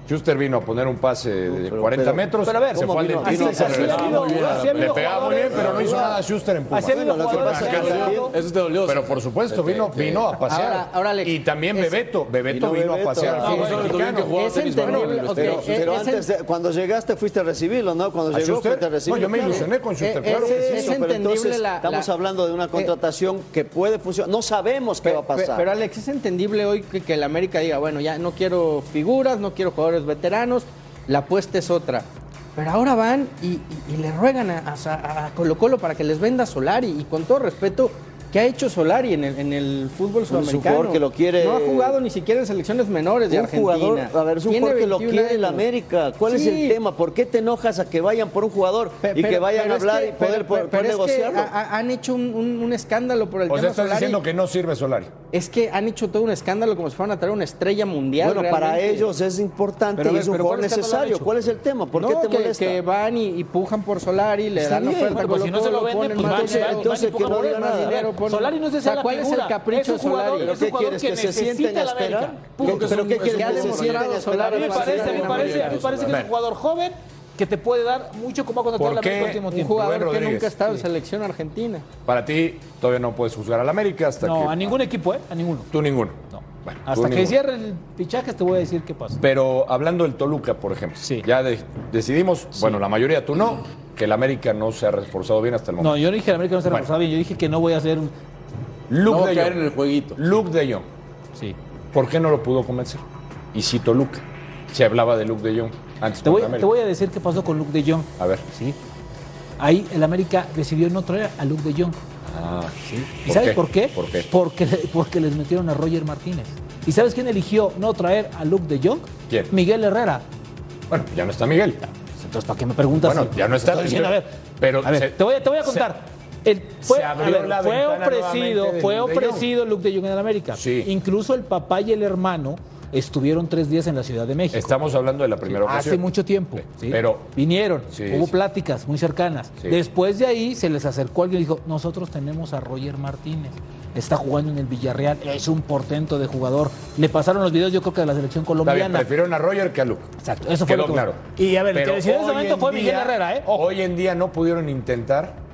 [SPEAKER 10] Schuster vino a poner un pase de 40
[SPEAKER 13] pero-
[SPEAKER 10] metros.
[SPEAKER 13] pero a ver,
[SPEAKER 10] se
[SPEAKER 13] ¿cómo
[SPEAKER 10] fue al
[SPEAKER 13] vino?
[SPEAKER 10] dentista
[SPEAKER 13] Así-
[SPEAKER 10] y se
[SPEAKER 13] así ha
[SPEAKER 10] regresó.
[SPEAKER 13] habido-
[SPEAKER 10] Muy bien.
[SPEAKER 13] así ha habido
[SPEAKER 10] Le pegaba muy bien,
[SPEAKER 13] jugadores-
[SPEAKER 10] pero no hizo nada Schuster en Pumas.
[SPEAKER 13] Así ha habido
[SPEAKER 10] Bueno, lo que
[SPEAKER 13] jugadores
[SPEAKER 10] pasa
[SPEAKER 13] que
[SPEAKER 10] es que-
[SPEAKER 13] también-
[SPEAKER 14] Eso te dolió.
[SPEAKER 10] Pero por supuesto,
[SPEAKER 14] Que-
[SPEAKER 10] vino,
[SPEAKER 14] que-
[SPEAKER 10] vino a pasear.
[SPEAKER 12] Ahora- ahora, Alex,
[SPEAKER 10] y también
[SPEAKER 12] es-
[SPEAKER 10] Bebeto. Bebeto
[SPEAKER 13] Vino
[SPEAKER 10] vino,
[SPEAKER 13] Bebeto.
[SPEAKER 10] a pasear al
[SPEAKER 13] Ah,
[SPEAKER 10] fútbol
[SPEAKER 13] bueno,
[SPEAKER 10] mexicano.
[SPEAKER 13] tuvieron que jugar
[SPEAKER 12] Es tenis entendible, manual los ok,
[SPEAKER 13] Pero,
[SPEAKER 12] es-
[SPEAKER 13] pero
[SPEAKER 12] es
[SPEAKER 13] antes, de- cuando llegaste fuiste a recibirlo, ¿no? Cuando
[SPEAKER 10] ¿A
[SPEAKER 13] llegó
[SPEAKER 10] Schuster?
[SPEAKER 13] fuiste a recibirlo.
[SPEAKER 10] No, yo me
[SPEAKER 13] claro.
[SPEAKER 10] ilusioné con Schuster, claro
[SPEAKER 13] es,
[SPEAKER 10] que sí.
[SPEAKER 13] es
[SPEAKER 10] Es
[SPEAKER 13] pero
[SPEAKER 12] entendible
[SPEAKER 13] entonces
[SPEAKER 12] la-
[SPEAKER 13] estamos
[SPEAKER 12] la-
[SPEAKER 13] hablando de una contratación que puede funcionar. No sabemos qué va a
[SPEAKER 12] Pe-
[SPEAKER 13] pasar.
[SPEAKER 12] Pero Alex, es entendible hoy que, que el América diga, bueno, ya no quiero figuras, no quiero jugadores veteranos, la apuesta es otra. Pero ahora van y, y- y le ruegan a, a- a Colo Colo para que les venda Solari. Y con todo respeto, ¿qué ha hecho Solari en el, en el fútbol
[SPEAKER 13] Es un
[SPEAKER 12] sudamericano?
[SPEAKER 13] jugador que lo quiere-
[SPEAKER 12] No ha jugado ni siquiera en selecciones menores de
[SPEAKER 13] un
[SPEAKER 12] Argentina.
[SPEAKER 13] jugador, a ver, es un
[SPEAKER 12] Tiene
[SPEAKER 13] jugador que lo
[SPEAKER 12] 21
[SPEAKER 13] quiere el
[SPEAKER 12] años.
[SPEAKER 13] América. ¿Cuál es
[SPEAKER 12] Sí.
[SPEAKER 13] el tema? ¿Por qué te enojas a que vayan por un jugador y que vayan a
[SPEAKER 12] pero es
[SPEAKER 13] hablar
[SPEAKER 12] que-
[SPEAKER 13] y poder,
[SPEAKER 12] pero-
[SPEAKER 13] poder
[SPEAKER 12] pero es que
[SPEAKER 13] negociarlo?
[SPEAKER 12] ha- ha- han hecho un, un- un escándalo por el
[SPEAKER 10] O sea,
[SPEAKER 12] tema
[SPEAKER 10] estás
[SPEAKER 12] Solari.
[SPEAKER 10] diciendo que no sirve Solari.
[SPEAKER 12] Es que han hecho todo un escándalo como si fueran a traer una estrella mundial.
[SPEAKER 13] Bueno, para
[SPEAKER 12] realmente.
[SPEAKER 13] ellos es importante
[SPEAKER 12] Pero a
[SPEAKER 13] y
[SPEAKER 12] ver,
[SPEAKER 13] es un
[SPEAKER 12] pero
[SPEAKER 13] jugador
[SPEAKER 12] ¿cuál escándalo han
[SPEAKER 13] necesario.
[SPEAKER 12] hecho?
[SPEAKER 13] ¿Cuál es el tema? ¿Por
[SPEAKER 12] No,
[SPEAKER 13] qué te
[SPEAKER 12] que-
[SPEAKER 13] molesta?
[SPEAKER 12] Que van y, y pujan por Solari, le
[SPEAKER 13] Está
[SPEAKER 12] dan
[SPEAKER 13] bien.
[SPEAKER 12] oferta.
[SPEAKER 13] Bueno, pues, si no se lo venden, pues, van, se van, van y pongan por él, más dinero, ponen-
[SPEAKER 11] Solari no es esa
[SPEAKER 12] O sea,
[SPEAKER 11] la
[SPEAKER 12] ¿cuál es el
[SPEAKER 11] figura.
[SPEAKER 12] capricho
[SPEAKER 11] es un jugador,
[SPEAKER 12] Solari?
[SPEAKER 11] es un
[SPEAKER 12] ¿Pero qué
[SPEAKER 11] jugador
[SPEAKER 12] quieres,
[SPEAKER 11] que,
[SPEAKER 12] que se
[SPEAKER 11] necesita
[SPEAKER 12] sienten a
[SPEAKER 11] la América.
[SPEAKER 12] esperar?
[SPEAKER 11] Punto.
[SPEAKER 12] ¿Pero qué quieres, que se sienten a esperar?
[SPEAKER 11] A mí me parece, me parece, me parece que es un jugador joven que te puede dar mucho como ha contratado la
[SPEAKER 10] ¿Por
[SPEAKER 11] América en el
[SPEAKER 10] qué
[SPEAKER 11] último
[SPEAKER 10] un
[SPEAKER 11] tiempo.
[SPEAKER 10] jugador que nunca ha
[SPEAKER 12] estado en selección argentina?
[SPEAKER 10] Para ti, todavía no puedes juzgar al América hasta que.
[SPEAKER 11] No, a ningún equipo, ¿eh? A ninguno.
[SPEAKER 10] Tú ninguno. Bueno, tú
[SPEAKER 11] Hasta que
[SPEAKER 10] ninguno.
[SPEAKER 11] cierre el fichaje te voy a decir qué pasa.
[SPEAKER 10] Pero hablando del Toluca, por ejemplo, ya de- decidimos, bueno, la mayoría tú no, que el América no se ha reforzado bien hasta el momento.
[SPEAKER 11] No, yo no dije que el América no se
[SPEAKER 10] Bueno.
[SPEAKER 11] reforzaba bien, yo dije que no voy a hacer un...
[SPEAKER 10] Luke
[SPEAKER 11] No va a
[SPEAKER 10] de
[SPEAKER 11] caer
[SPEAKER 10] Jong.
[SPEAKER 11] en el
[SPEAKER 10] jueguito. Luke de Jong.
[SPEAKER 11] Sí.
[SPEAKER 10] ¿Por qué no lo pudo convencer? Y si Toluca. Se hablaba de Luke de Jong antes
[SPEAKER 11] Te voy,
[SPEAKER 10] contra América.
[SPEAKER 11] te voy a decir qué pasó con Luke de Jong.
[SPEAKER 10] A ver.
[SPEAKER 11] Sí. Ahí el América decidió no traer a Luke de Jong.
[SPEAKER 10] Ah, sí.
[SPEAKER 11] ¿Y sabes por qué?
[SPEAKER 10] ¿Por qué?
[SPEAKER 11] Porque, porque les metieron a Roger Martínez. ¿Y sabes quién eligió no traer a Luke de Jong?
[SPEAKER 10] ¿Quién?
[SPEAKER 11] Miguel Herrera.
[SPEAKER 10] Bueno, ya no está Miguel.
[SPEAKER 11] Entonces, ¿para qué me preguntas?
[SPEAKER 10] Bueno, ya no está.
[SPEAKER 11] Estoy diciendo, a ver,
[SPEAKER 10] pero
[SPEAKER 11] A ver,
[SPEAKER 10] se-
[SPEAKER 11] te, voy a, te voy a contar. El- fue,
[SPEAKER 10] se abrió
[SPEAKER 11] a ver,
[SPEAKER 10] la
[SPEAKER 11] fue
[SPEAKER 10] ventana
[SPEAKER 11] ofrecido,
[SPEAKER 10] nuevamente de
[SPEAKER 11] fue
[SPEAKER 10] Luke de
[SPEAKER 11] ofrecido Luke de Jong en el América. Incluso el papá y el hermano estuvieron tres días en la Ciudad de México.
[SPEAKER 10] Estamos hablando de la primera ocasión.
[SPEAKER 11] Hace mucho tiempo. ¿sí?
[SPEAKER 10] Pero
[SPEAKER 11] vinieron,
[SPEAKER 10] Sí,
[SPEAKER 11] hubo
[SPEAKER 10] sí.
[SPEAKER 11] pláticas muy cercanas.
[SPEAKER 10] Sí.
[SPEAKER 11] Después de ahí se les acercó alguien y dijo, nosotros tenemos a Roger Martínez, está jugando en el Villarreal, es un portento de jugador. Le pasaron los videos, yo creo que de la selección
[SPEAKER 10] Está bien,
[SPEAKER 11] colombiana.
[SPEAKER 10] prefirieron a Roger que a Luke. Exacto,
[SPEAKER 11] eso fue
[SPEAKER 10] Quedó
[SPEAKER 11] lo que-
[SPEAKER 10] claro.
[SPEAKER 11] Y, a ver, el que
[SPEAKER 10] Pero
[SPEAKER 11] decidió en ese
[SPEAKER 10] hoy
[SPEAKER 11] momento fue Miguel
[SPEAKER 10] día-
[SPEAKER 11] Herrera, ¿eh?
[SPEAKER 10] Hoy en día no pudieron intentar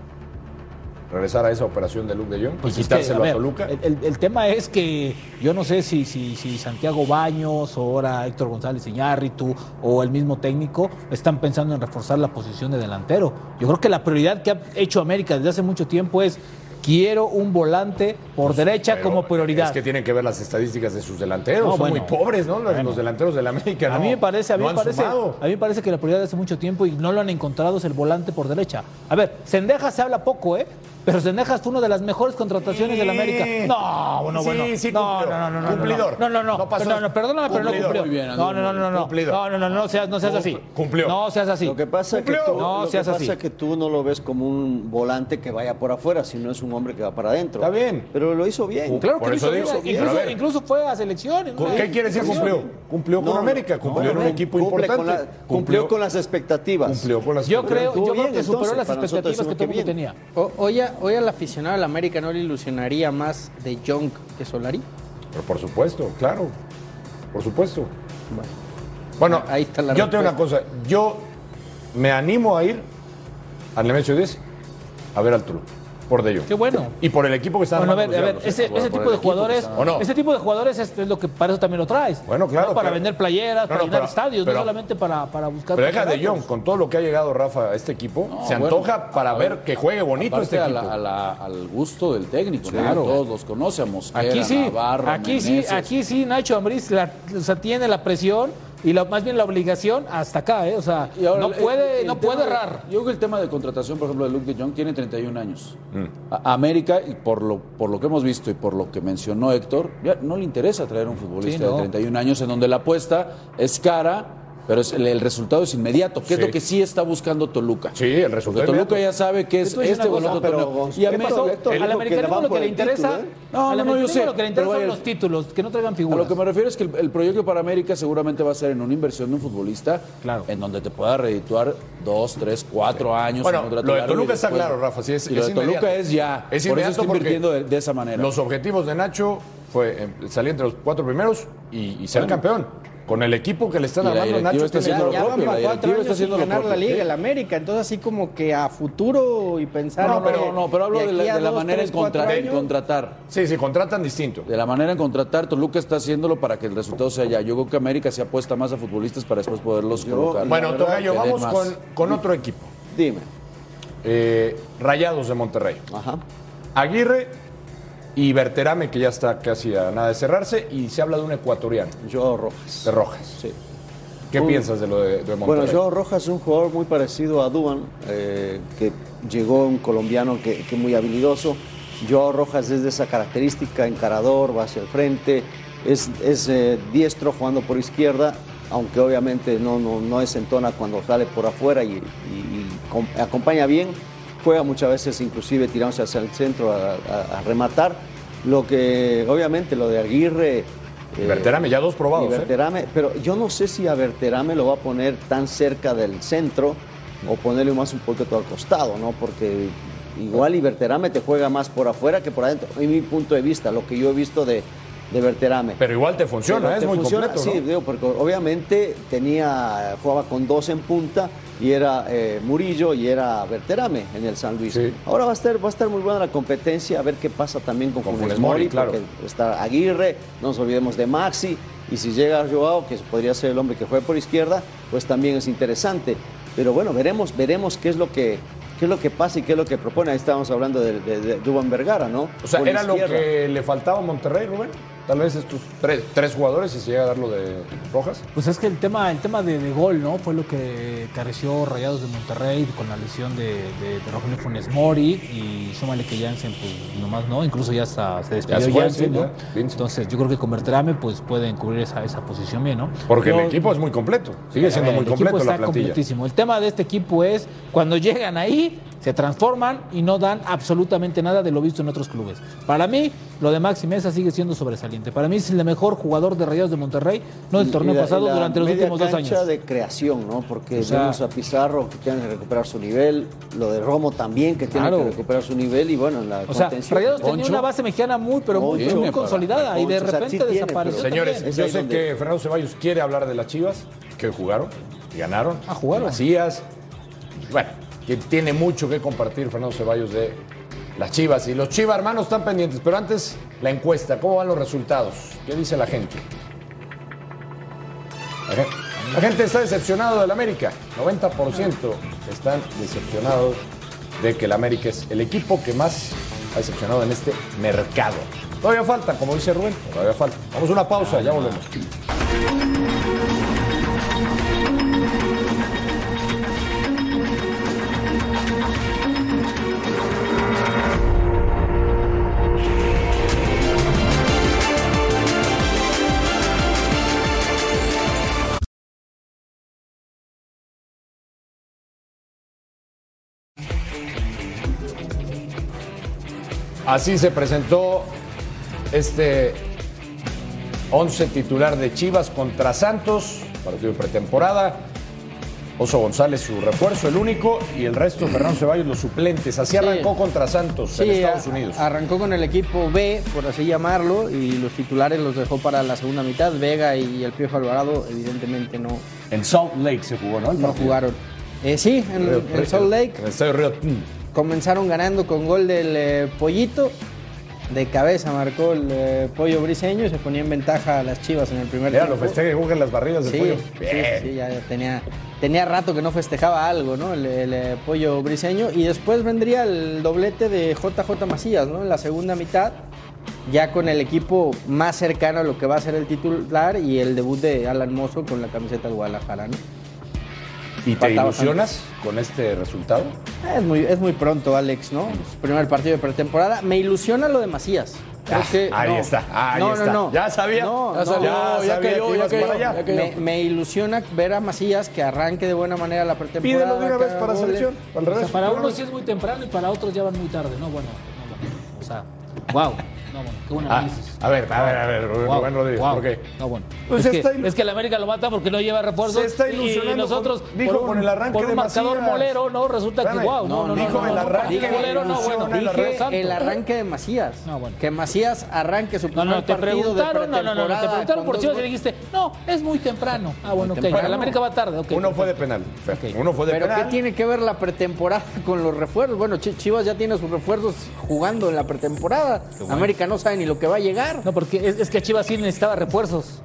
[SPEAKER 10] regresar a esa operación de Luke de Jong
[SPEAKER 11] Pues
[SPEAKER 10] y
[SPEAKER 11] es que,
[SPEAKER 10] quitárselo
[SPEAKER 11] a
[SPEAKER 10] a,
[SPEAKER 11] ver,
[SPEAKER 10] Toluca.
[SPEAKER 11] El, el- el tema es que yo no sé si, si, si Santiago Baños, o ahora Héctor González Iñárritu o el mismo técnico están pensando en reforzar la posición de delantero. Yo creo que la prioridad que ha hecho América desde hace mucho tiempo es quiero un volante por derecha
[SPEAKER 10] Pues, Pero
[SPEAKER 11] como prioridad.
[SPEAKER 10] Es que tienen que ver las estadísticas de sus delanteros.
[SPEAKER 11] No,
[SPEAKER 10] Son
[SPEAKER 11] bueno.
[SPEAKER 10] muy pobres, ¿no? Los, los delanteros de la América.
[SPEAKER 11] a
[SPEAKER 10] no-
[SPEAKER 11] mí me parece, a mí
[SPEAKER 10] no
[SPEAKER 11] me
[SPEAKER 10] han
[SPEAKER 11] parece,
[SPEAKER 10] sumado.
[SPEAKER 11] a mí me parece que la prioridad de hace mucho tiempo y no lo han encontrado es el volante por derecha. A ver, Sendejas se habla poco, ¿eh? Pero Sendejas fue una de las mejores contrataciones de la América.
[SPEAKER 10] Sí.
[SPEAKER 11] No, bueno,
[SPEAKER 10] Sí,
[SPEAKER 11] bueno.
[SPEAKER 10] sí,
[SPEAKER 11] no,
[SPEAKER 10] cumplió.
[SPEAKER 11] no, no, no, no, no.
[SPEAKER 10] Cumplidor.
[SPEAKER 11] No, no, no.
[SPEAKER 10] No pasó.
[SPEAKER 11] No, no, perdóname, pero no
[SPEAKER 10] Cumplidor.
[SPEAKER 11] cumplió.
[SPEAKER 10] Muy bien, Andrés,
[SPEAKER 11] no, no, no, no, no.
[SPEAKER 10] cumplidor.
[SPEAKER 11] No, no, no, no seas, no seas así.
[SPEAKER 10] Cumplió.
[SPEAKER 11] No seas así.
[SPEAKER 13] Lo que pasa es que,
[SPEAKER 11] Cumplió.
[SPEAKER 13] tú,
[SPEAKER 11] No
[SPEAKER 13] lo que
[SPEAKER 11] seas
[SPEAKER 13] pasa
[SPEAKER 11] así.
[SPEAKER 13] es que tú no lo ves como un volante que vaya por afuera, sino es un hombre que va para adentro. Está
[SPEAKER 10] bien.
[SPEAKER 13] Pero lo hizo bien.
[SPEAKER 10] Claro que Por lo hizo eso bien. digo,
[SPEAKER 13] Hizo bien.
[SPEAKER 10] pero a
[SPEAKER 11] Incluso,
[SPEAKER 10] ver.
[SPEAKER 11] incluso fue a selección. en una
[SPEAKER 10] ¿Qué quiere decir
[SPEAKER 11] ocasión.
[SPEAKER 10] cumplió? Cumplió con
[SPEAKER 13] No,
[SPEAKER 10] América,
[SPEAKER 13] no,
[SPEAKER 10] cumplió en
[SPEAKER 13] no,
[SPEAKER 10] un equipo
[SPEAKER 13] cumple
[SPEAKER 10] importante.
[SPEAKER 13] con la- cumplió con las expectativas.
[SPEAKER 10] Cumplió con las
[SPEAKER 11] Yo creo,
[SPEAKER 12] Estuvo
[SPEAKER 11] yo creo
[SPEAKER 12] bien,
[SPEAKER 11] que superó
[SPEAKER 12] entonces,
[SPEAKER 11] las
[SPEAKER 12] para nosotros
[SPEAKER 11] expectativas que todo el
[SPEAKER 12] decimos
[SPEAKER 11] mundo
[SPEAKER 12] que
[SPEAKER 11] tenía.
[SPEAKER 12] O- hoy, a- hoy al aficionado del América no le ilusionaría más de Young que Solari.
[SPEAKER 10] Pero por supuesto, claro. Por supuesto. Bueno,
[SPEAKER 12] ahí está la
[SPEAKER 10] yo tengo una
[SPEAKER 12] respuesta.
[SPEAKER 10] cosa. Yo me animo a ir al Nemesio 10 a ver al Toluca. Por De Jong.
[SPEAKER 11] Qué bueno.
[SPEAKER 10] Y por el equipo que está
[SPEAKER 11] Bueno, a ver,
[SPEAKER 10] armando
[SPEAKER 11] a
[SPEAKER 10] los
[SPEAKER 11] ver,
[SPEAKER 10] Diablos,
[SPEAKER 11] ese,
[SPEAKER 10] ¿eh? Por-
[SPEAKER 11] ese
[SPEAKER 10] por
[SPEAKER 11] tipo
[SPEAKER 10] el
[SPEAKER 11] de
[SPEAKER 10] equipo que
[SPEAKER 11] jugadores,
[SPEAKER 10] está- ¿O no?
[SPEAKER 11] ese tipo de jugadores este, es, es lo que para eso también lo traes.
[SPEAKER 10] Bueno, claro,
[SPEAKER 11] No para
[SPEAKER 10] claro.
[SPEAKER 11] vender playeras,
[SPEAKER 10] No,
[SPEAKER 11] para
[SPEAKER 10] no,
[SPEAKER 11] llenar
[SPEAKER 10] pero-
[SPEAKER 11] estadios,
[SPEAKER 10] pero-
[SPEAKER 11] no solamente para, para buscar.
[SPEAKER 10] Pero deja de
[SPEAKER 11] campeonatos.
[SPEAKER 10] Jong, con todo lo que ha llegado Rafa a este equipo, se
[SPEAKER 14] bueno,
[SPEAKER 10] antoja para
[SPEAKER 14] a
[SPEAKER 10] ver, que juegue bonito
[SPEAKER 14] aparte
[SPEAKER 10] este
[SPEAKER 14] a
[SPEAKER 10] equipo.
[SPEAKER 14] la- a la- al gusto del técnico, ¿no?
[SPEAKER 10] Claro.
[SPEAKER 14] todos los conocemos.
[SPEAKER 11] Aquí sí, aquí sí, aquí sí, Nacho Ambriz la- o sea, tiene la presión y la- más bien la obligación hasta acá, ¿eh? O sea, no puede, no puede errar.
[SPEAKER 14] Yo creo que el tema de contratación, por ejemplo, de Luke de Jong tiene 31 años.
[SPEAKER 11] Mm.
[SPEAKER 14] A- América, y por lo, por lo que hemos visto y por lo que mencionó Héctor, ya no le interesa traer un
[SPEAKER 11] Sí,
[SPEAKER 14] futbolista
[SPEAKER 11] no.
[SPEAKER 14] de 31 años en donde la apuesta es cara Pero es- el, el resultado es inmediato, que es
[SPEAKER 10] Sí.
[SPEAKER 14] lo que sí está buscando Toluca.
[SPEAKER 10] Sí, el resultado
[SPEAKER 14] Toluca
[SPEAKER 10] inmediato.
[SPEAKER 14] ya sabe que es
[SPEAKER 10] Te voy a decir
[SPEAKER 14] este
[SPEAKER 10] una
[SPEAKER 14] o el
[SPEAKER 10] cosa,
[SPEAKER 14] otro
[SPEAKER 10] pero,
[SPEAKER 14] torneo.
[SPEAKER 10] ¿qué pasó, Héctor?
[SPEAKER 14] el- ¿eh?
[SPEAKER 10] Al americanismo
[SPEAKER 11] lo que le interesa-
[SPEAKER 14] No,
[SPEAKER 11] al
[SPEAKER 14] no, no, yo
[SPEAKER 11] americanismo lo que
[SPEAKER 14] sé.
[SPEAKER 11] le
[SPEAKER 14] pero
[SPEAKER 11] interesan
[SPEAKER 14] vaya,
[SPEAKER 11] los títulos, que no traigan
[SPEAKER 14] a
[SPEAKER 11] figuras.
[SPEAKER 14] lo que me refiero es que el, el proyecto para América seguramente va a ser en una inversión de un futbolista en donde te pueda redituar dos, tres, cuatro años.
[SPEAKER 10] Bueno,
[SPEAKER 14] en un contrato
[SPEAKER 10] lo de
[SPEAKER 14] largo y
[SPEAKER 10] Toluca está
[SPEAKER 14] después-
[SPEAKER 10] claro, Rafa. Sí, es,
[SPEAKER 14] y lo
[SPEAKER 10] es
[SPEAKER 14] de Toluca
[SPEAKER 10] inmediato.
[SPEAKER 14] es ya.
[SPEAKER 10] Es
[SPEAKER 14] por eso
[SPEAKER 10] inmediato
[SPEAKER 14] está
[SPEAKER 10] porque
[SPEAKER 14] invirtiendo de, de esa manera.
[SPEAKER 10] Los objetivos de Nacho fue eh, salir entre los cuatro primeros y, y ser
[SPEAKER 14] Bueno.
[SPEAKER 10] campeón. Con el equipo que le están
[SPEAKER 14] Y la
[SPEAKER 10] armando,
[SPEAKER 14] directiva
[SPEAKER 10] Nacho
[SPEAKER 14] está
[SPEAKER 10] tiene-
[SPEAKER 14] haciendo lo
[SPEAKER 10] Ya van
[SPEAKER 14] propio,
[SPEAKER 10] para
[SPEAKER 14] la
[SPEAKER 10] cuatro
[SPEAKER 14] directiva
[SPEAKER 10] años sin
[SPEAKER 14] está haciendo lo
[SPEAKER 10] ganar
[SPEAKER 12] ganar
[SPEAKER 14] propio.
[SPEAKER 12] la liga, el América. Entonces, así como que a futuro y pensar.
[SPEAKER 14] No, pero,
[SPEAKER 12] oye,
[SPEAKER 14] no, pero hablo de
[SPEAKER 12] aquí
[SPEAKER 14] la,
[SPEAKER 12] a
[SPEAKER 14] de la
[SPEAKER 12] dos,
[SPEAKER 14] manera
[SPEAKER 12] tres,
[SPEAKER 14] en, contra-
[SPEAKER 12] cuatro
[SPEAKER 14] en
[SPEAKER 12] años,
[SPEAKER 14] contratar.
[SPEAKER 10] Sí, sí, contratan distinto.
[SPEAKER 14] De la manera en contratar, Toluca está haciéndolo para que el resultado sea ya. Yo creo que América se apuesta más a futbolistas para después poderlos colocar.
[SPEAKER 10] Bueno,
[SPEAKER 14] La verdad,
[SPEAKER 10] Tocayo,
[SPEAKER 14] que den
[SPEAKER 10] vamos
[SPEAKER 14] más.
[SPEAKER 10] con, con otro equipo. Eh,
[SPEAKER 13] Dime.
[SPEAKER 10] Rayados de Monterrey. Aguirre y Berterame, que ya está casi a nada de cerrarse, y se habla de un ecuatoriano.
[SPEAKER 13] Yo Rojas.
[SPEAKER 10] De Rojas.
[SPEAKER 13] Sí.
[SPEAKER 10] ¿Qué
[SPEAKER 13] Un-
[SPEAKER 10] piensas de lo de, de Monterrey?
[SPEAKER 13] Bueno, Joao Rojas es un jugador muy parecido a Duan, eh, que llegó un colombiano que, que muy habilidoso. Joao Rojas es de esa característica, encarador, va hacia el frente, es, es, eh, diestro jugando por izquierda, aunque obviamente no, no, no es entona cuando sale por afuera y, y- y com- acompaña bien. Juega muchas veces inclusive tirándose hacia el centro a, a- a rematar. Lo que obviamente lo de Aguirre...
[SPEAKER 10] Y Berterame, ya dos probados,
[SPEAKER 13] y
[SPEAKER 10] ¿eh?
[SPEAKER 13] Berterame, pero yo no sé si a Berterame lo va a poner tan cerca del centro o ponerle más un poquito al costado, ¿no? Porque igual y Berterame te juega más por afuera que por adentro, en mi punto de vista, lo que yo he visto de, de Berterame.
[SPEAKER 10] Pero igual te
[SPEAKER 13] Pero
[SPEAKER 10] funciona, ¿eh?
[SPEAKER 13] te
[SPEAKER 10] es muy
[SPEAKER 13] funciona,
[SPEAKER 10] completo.
[SPEAKER 13] Sí,
[SPEAKER 10] ¿no?
[SPEAKER 13] digo, porque obviamente tenía, jugaba con dos en punta y era eh, Murillo y era Berterame en el San Luis. Ahora va a estar, va a estar muy buena la competencia, a ver qué pasa también con, Funes,
[SPEAKER 10] Funes Mori,
[SPEAKER 13] Mori,
[SPEAKER 10] claro.
[SPEAKER 13] porque está Aguirre, no nos olvidemos de Maxi, y si llega Joao, que podría ser el hombre que juega por izquierda, pues también es interesante. Pero bueno, veremos, veremos qué es lo que. ¿Qué es lo que pasa y qué es lo que propone? Ahí estábamos hablando de, de, de Duván Vergara, ¿no?
[SPEAKER 10] O sea,
[SPEAKER 13] Por
[SPEAKER 10] ¿era lo
[SPEAKER 13] izquierda.
[SPEAKER 10] que le faltaba a Monterrey, Rubén? Tal vez estos tres, tres jugadores y se llega a dar lo de Rojas.
[SPEAKER 11] Pues es que el tema, el tema de, de gol, ¿no? Fue lo que careció Rayados de Monterrey con la lesión de, de- de Rogelio Funes Mori y súmale que Jansen, pues nomás no, incluso ya hasta se despidió
[SPEAKER 10] Ya se fue,
[SPEAKER 11] Jansen,
[SPEAKER 10] sí,
[SPEAKER 11] ¿no?
[SPEAKER 10] ya,
[SPEAKER 11] Entonces yo creo que con Berterame pues pueden cubrir esa, esa posición bien, ¿no?
[SPEAKER 10] Porque
[SPEAKER 11] Yo-
[SPEAKER 10] el equipo es muy completo. Sigue siendo
[SPEAKER 11] A ver,
[SPEAKER 10] muy completo
[SPEAKER 11] El equipo
[SPEAKER 10] la
[SPEAKER 11] está
[SPEAKER 10] plantilla.
[SPEAKER 11] completísimo. El tema de este equipo es cuando llegan ahí, se transforman y no dan absolutamente nada de lo visto en otros clubes. Para mí, lo de Maxi Mesa sigue siendo sobresaliente. Para mí es el mejor jugador de Rayados de Monterrey, no del
[SPEAKER 13] Y-
[SPEAKER 11] torneo
[SPEAKER 13] y la- y
[SPEAKER 11] pasado,
[SPEAKER 13] la
[SPEAKER 11] durante los
[SPEAKER 13] media
[SPEAKER 11] últimos dos
[SPEAKER 13] cancha
[SPEAKER 11] años.
[SPEAKER 13] de creación, ¿no? Porque
[SPEAKER 11] O sea-
[SPEAKER 13] vemos a Pizarro que tiene que recuperar su nivel, lo de Romo también que tiene
[SPEAKER 11] Claro.
[SPEAKER 13] que recuperar su nivel y bueno, en la
[SPEAKER 11] O sea,
[SPEAKER 13] contención.
[SPEAKER 11] Rayados tenía una base mexicana muy, pero muy,
[SPEAKER 13] Poncho.
[SPEAKER 11] muy
[SPEAKER 13] Tiene para-
[SPEAKER 11] consolidada y de
[SPEAKER 13] Poncho, o sea,
[SPEAKER 11] repente
[SPEAKER 13] sí tiene, pero-
[SPEAKER 11] desapareció.
[SPEAKER 10] Señores,
[SPEAKER 11] también.
[SPEAKER 10] yo sé que Fernando Ceballos quiere hablar de las Chivas, que jugaron, y ganaron.
[SPEAKER 11] Ah, jugaron.
[SPEAKER 10] Macías. Bueno, que tiene mucho que compartir Fernando Ceballos de las Chivas. Y los Chivas, hermanos, están pendientes. Pero antes, la encuesta, ¿cómo van los resultados? ¿Qué dice la gente? La gen- La gente está decepcionada del América. 90% están decepcionados de que el América es el equipo que más ha decepcionado en este mercado. Todavía falta, como dice Rubén, todavía falta. Vamos a una pausa, ya volvemos. Así se presentó este 11 titular de Chivas contra Santos, partido de pretemporada. Oso González su refuerzo, el único, y el resto Fernando Ceballos los suplentes. Así
[SPEAKER 12] Sí.
[SPEAKER 10] arrancó contra Santos en
[SPEAKER 12] Sí,
[SPEAKER 10] Estados
[SPEAKER 12] a-
[SPEAKER 10] Unidos.
[SPEAKER 12] arrancó con el equipo B, por así llamarlo, y los titulares los dejó para la segunda mitad. Vega y el Piojo Alvarado, evidentemente, no,
[SPEAKER 10] En Salt Lake se jugó, ¿no? El
[SPEAKER 12] no
[SPEAKER 10] partido.
[SPEAKER 12] jugaron. Eh, sí, en,
[SPEAKER 10] Río-
[SPEAKER 13] pues,
[SPEAKER 12] en
[SPEAKER 13] eh,
[SPEAKER 12] Salt Lake
[SPEAKER 10] En el estadio Río.
[SPEAKER 12] comenzaron ganando con gol del eh, Pollito. De cabeza marcó el eh, Pollo Briseño y se ponía en ventaja a las chivas en el primer
[SPEAKER 10] Mira, lo
[SPEAKER 12] tiempo.
[SPEAKER 10] festeja y juega en las barridas
[SPEAKER 12] Sí,
[SPEAKER 10] del pollo.
[SPEAKER 12] sí,
[SPEAKER 10] Bien.
[SPEAKER 12] sí, ya tenía, tenía rato que no festejaba algo, ¿no? El, el, eh, pollo briseño. Y después vendría el doblete de JJ Macías, ¿no? En la segunda mitad, ya con el equipo más cercano a lo que va a ser el titular y el debut de Alan Mozo con la camiseta de Guadalajara, ¿no?
[SPEAKER 10] ¿Y te
[SPEAKER 12] Faltaba
[SPEAKER 10] ilusionas con este resultado?
[SPEAKER 12] Es muy, es muy pronto, Alex, ¿no? Primer partido de pretemporada. Me ilusiona lo de Macías. Creo que-
[SPEAKER 10] Ah, ahí
[SPEAKER 12] no.
[SPEAKER 10] está, ahí
[SPEAKER 12] no,
[SPEAKER 10] está.
[SPEAKER 12] No, no.
[SPEAKER 10] Ya sabía,
[SPEAKER 12] No,
[SPEAKER 10] ya
[SPEAKER 12] no.
[SPEAKER 10] sabía, Ya ya sabía cayó, que ya ibas cayó, para allá. ya
[SPEAKER 12] Me-
[SPEAKER 10] cayó.
[SPEAKER 12] Me, ilusiona ver a Macías que arranque de buena manera la pretemporada.
[SPEAKER 11] Pídelo de una
[SPEAKER 12] que
[SPEAKER 11] vez
[SPEAKER 12] haga
[SPEAKER 11] para
[SPEAKER 12] goles.
[SPEAKER 11] selección,
[SPEAKER 12] O
[SPEAKER 11] al
[SPEAKER 12] sea,
[SPEAKER 11] revés.
[SPEAKER 12] para
[SPEAKER 11] Una
[SPEAKER 12] unos
[SPEAKER 11] vez.
[SPEAKER 12] sí
[SPEAKER 11] es muy temprano y para otros ya van muy tarde, ¿no? Bueno, no, bueno, o sea,
[SPEAKER 12] wow.
[SPEAKER 11] No, bueno, qué buen
[SPEAKER 10] Ah,
[SPEAKER 11] análisis.
[SPEAKER 10] a ver, a ver, a ver, Rubén
[SPEAKER 11] Wow,
[SPEAKER 10] Rodríguez,
[SPEAKER 11] wow.
[SPEAKER 10] ¿por qué?
[SPEAKER 11] No, bueno.
[SPEAKER 10] Pues
[SPEAKER 11] es,
[SPEAKER 10] está
[SPEAKER 11] que, es que el América lo mata porque no lleva refuerzos.
[SPEAKER 15] Se está
[SPEAKER 11] y-
[SPEAKER 15] ilusionando
[SPEAKER 11] Y nosotros,
[SPEAKER 15] con- dijo
[SPEAKER 11] un,
[SPEAKER 15] con el arranque
[SPEAKER 11] por un
[SPEAKER 15] de
[SPEAKER 11] marcador
[SPEAKER 15] Macías.
[SPEAKER 11] molero, no, resulta
[SPEAKER 12] Espérame.
[SPEAKER 11] que wow. No, no, no.
[SPEAKER 12] dijo
[SPEAKER 11] no,
[SPEAKER 12] el
[SPEAKER 11] no,
[SPEAKER 12] arranque
[SPEAKER 11] partido
[SPEAKER 12] de
[SPEAKER 11] molero, no, bueno.
[SPEAKER 12] Dije
[SPEAKER 11] santo.
[SPEAKER 12] el arranque de Macías. Que Macías arranque su primer
[SPEAKER 11] No, te
[SPEAKER 12] partido
[SPEAKER 11] preguntaron,
[SPEAKER 12] de
[SPEAKER 11] no, no, no, no, te
[SPEAKER 12] pretemporada
[SPEAKER 11] preguntaron
[SPEAKER 12] con
[SPEAKER 11] por
[SPEAKER 12] dos
[SPEAKER 11] Chivas y
[SPEAKER 12] goles.
[SPEAKER 11] dijiste, no, es muy temprano. Ah, bueno, ok,
[SPEAKER 12] temprano.
[SPEAKER 11] el América va tarde, ok.
[SPEAKER 10] Uno fue de penal. Fer, Uno fue de
[SPEAKER 12] Pero ¿qué
[SPEAKER 10] penal.
[SPEAKER 12] tiene que ver la pretemporada con los refuerzos? Bueno, Chi- Chivas ya tiene sus refuerzos jugando en la pretemporada.
[SPEAKER 11] bueno.
[SPEAKER 12] América no sabe ni lo que va a llegar.
[SPEAKER 11] No, porque es, es que Chivas sí necesitaba refuerzos.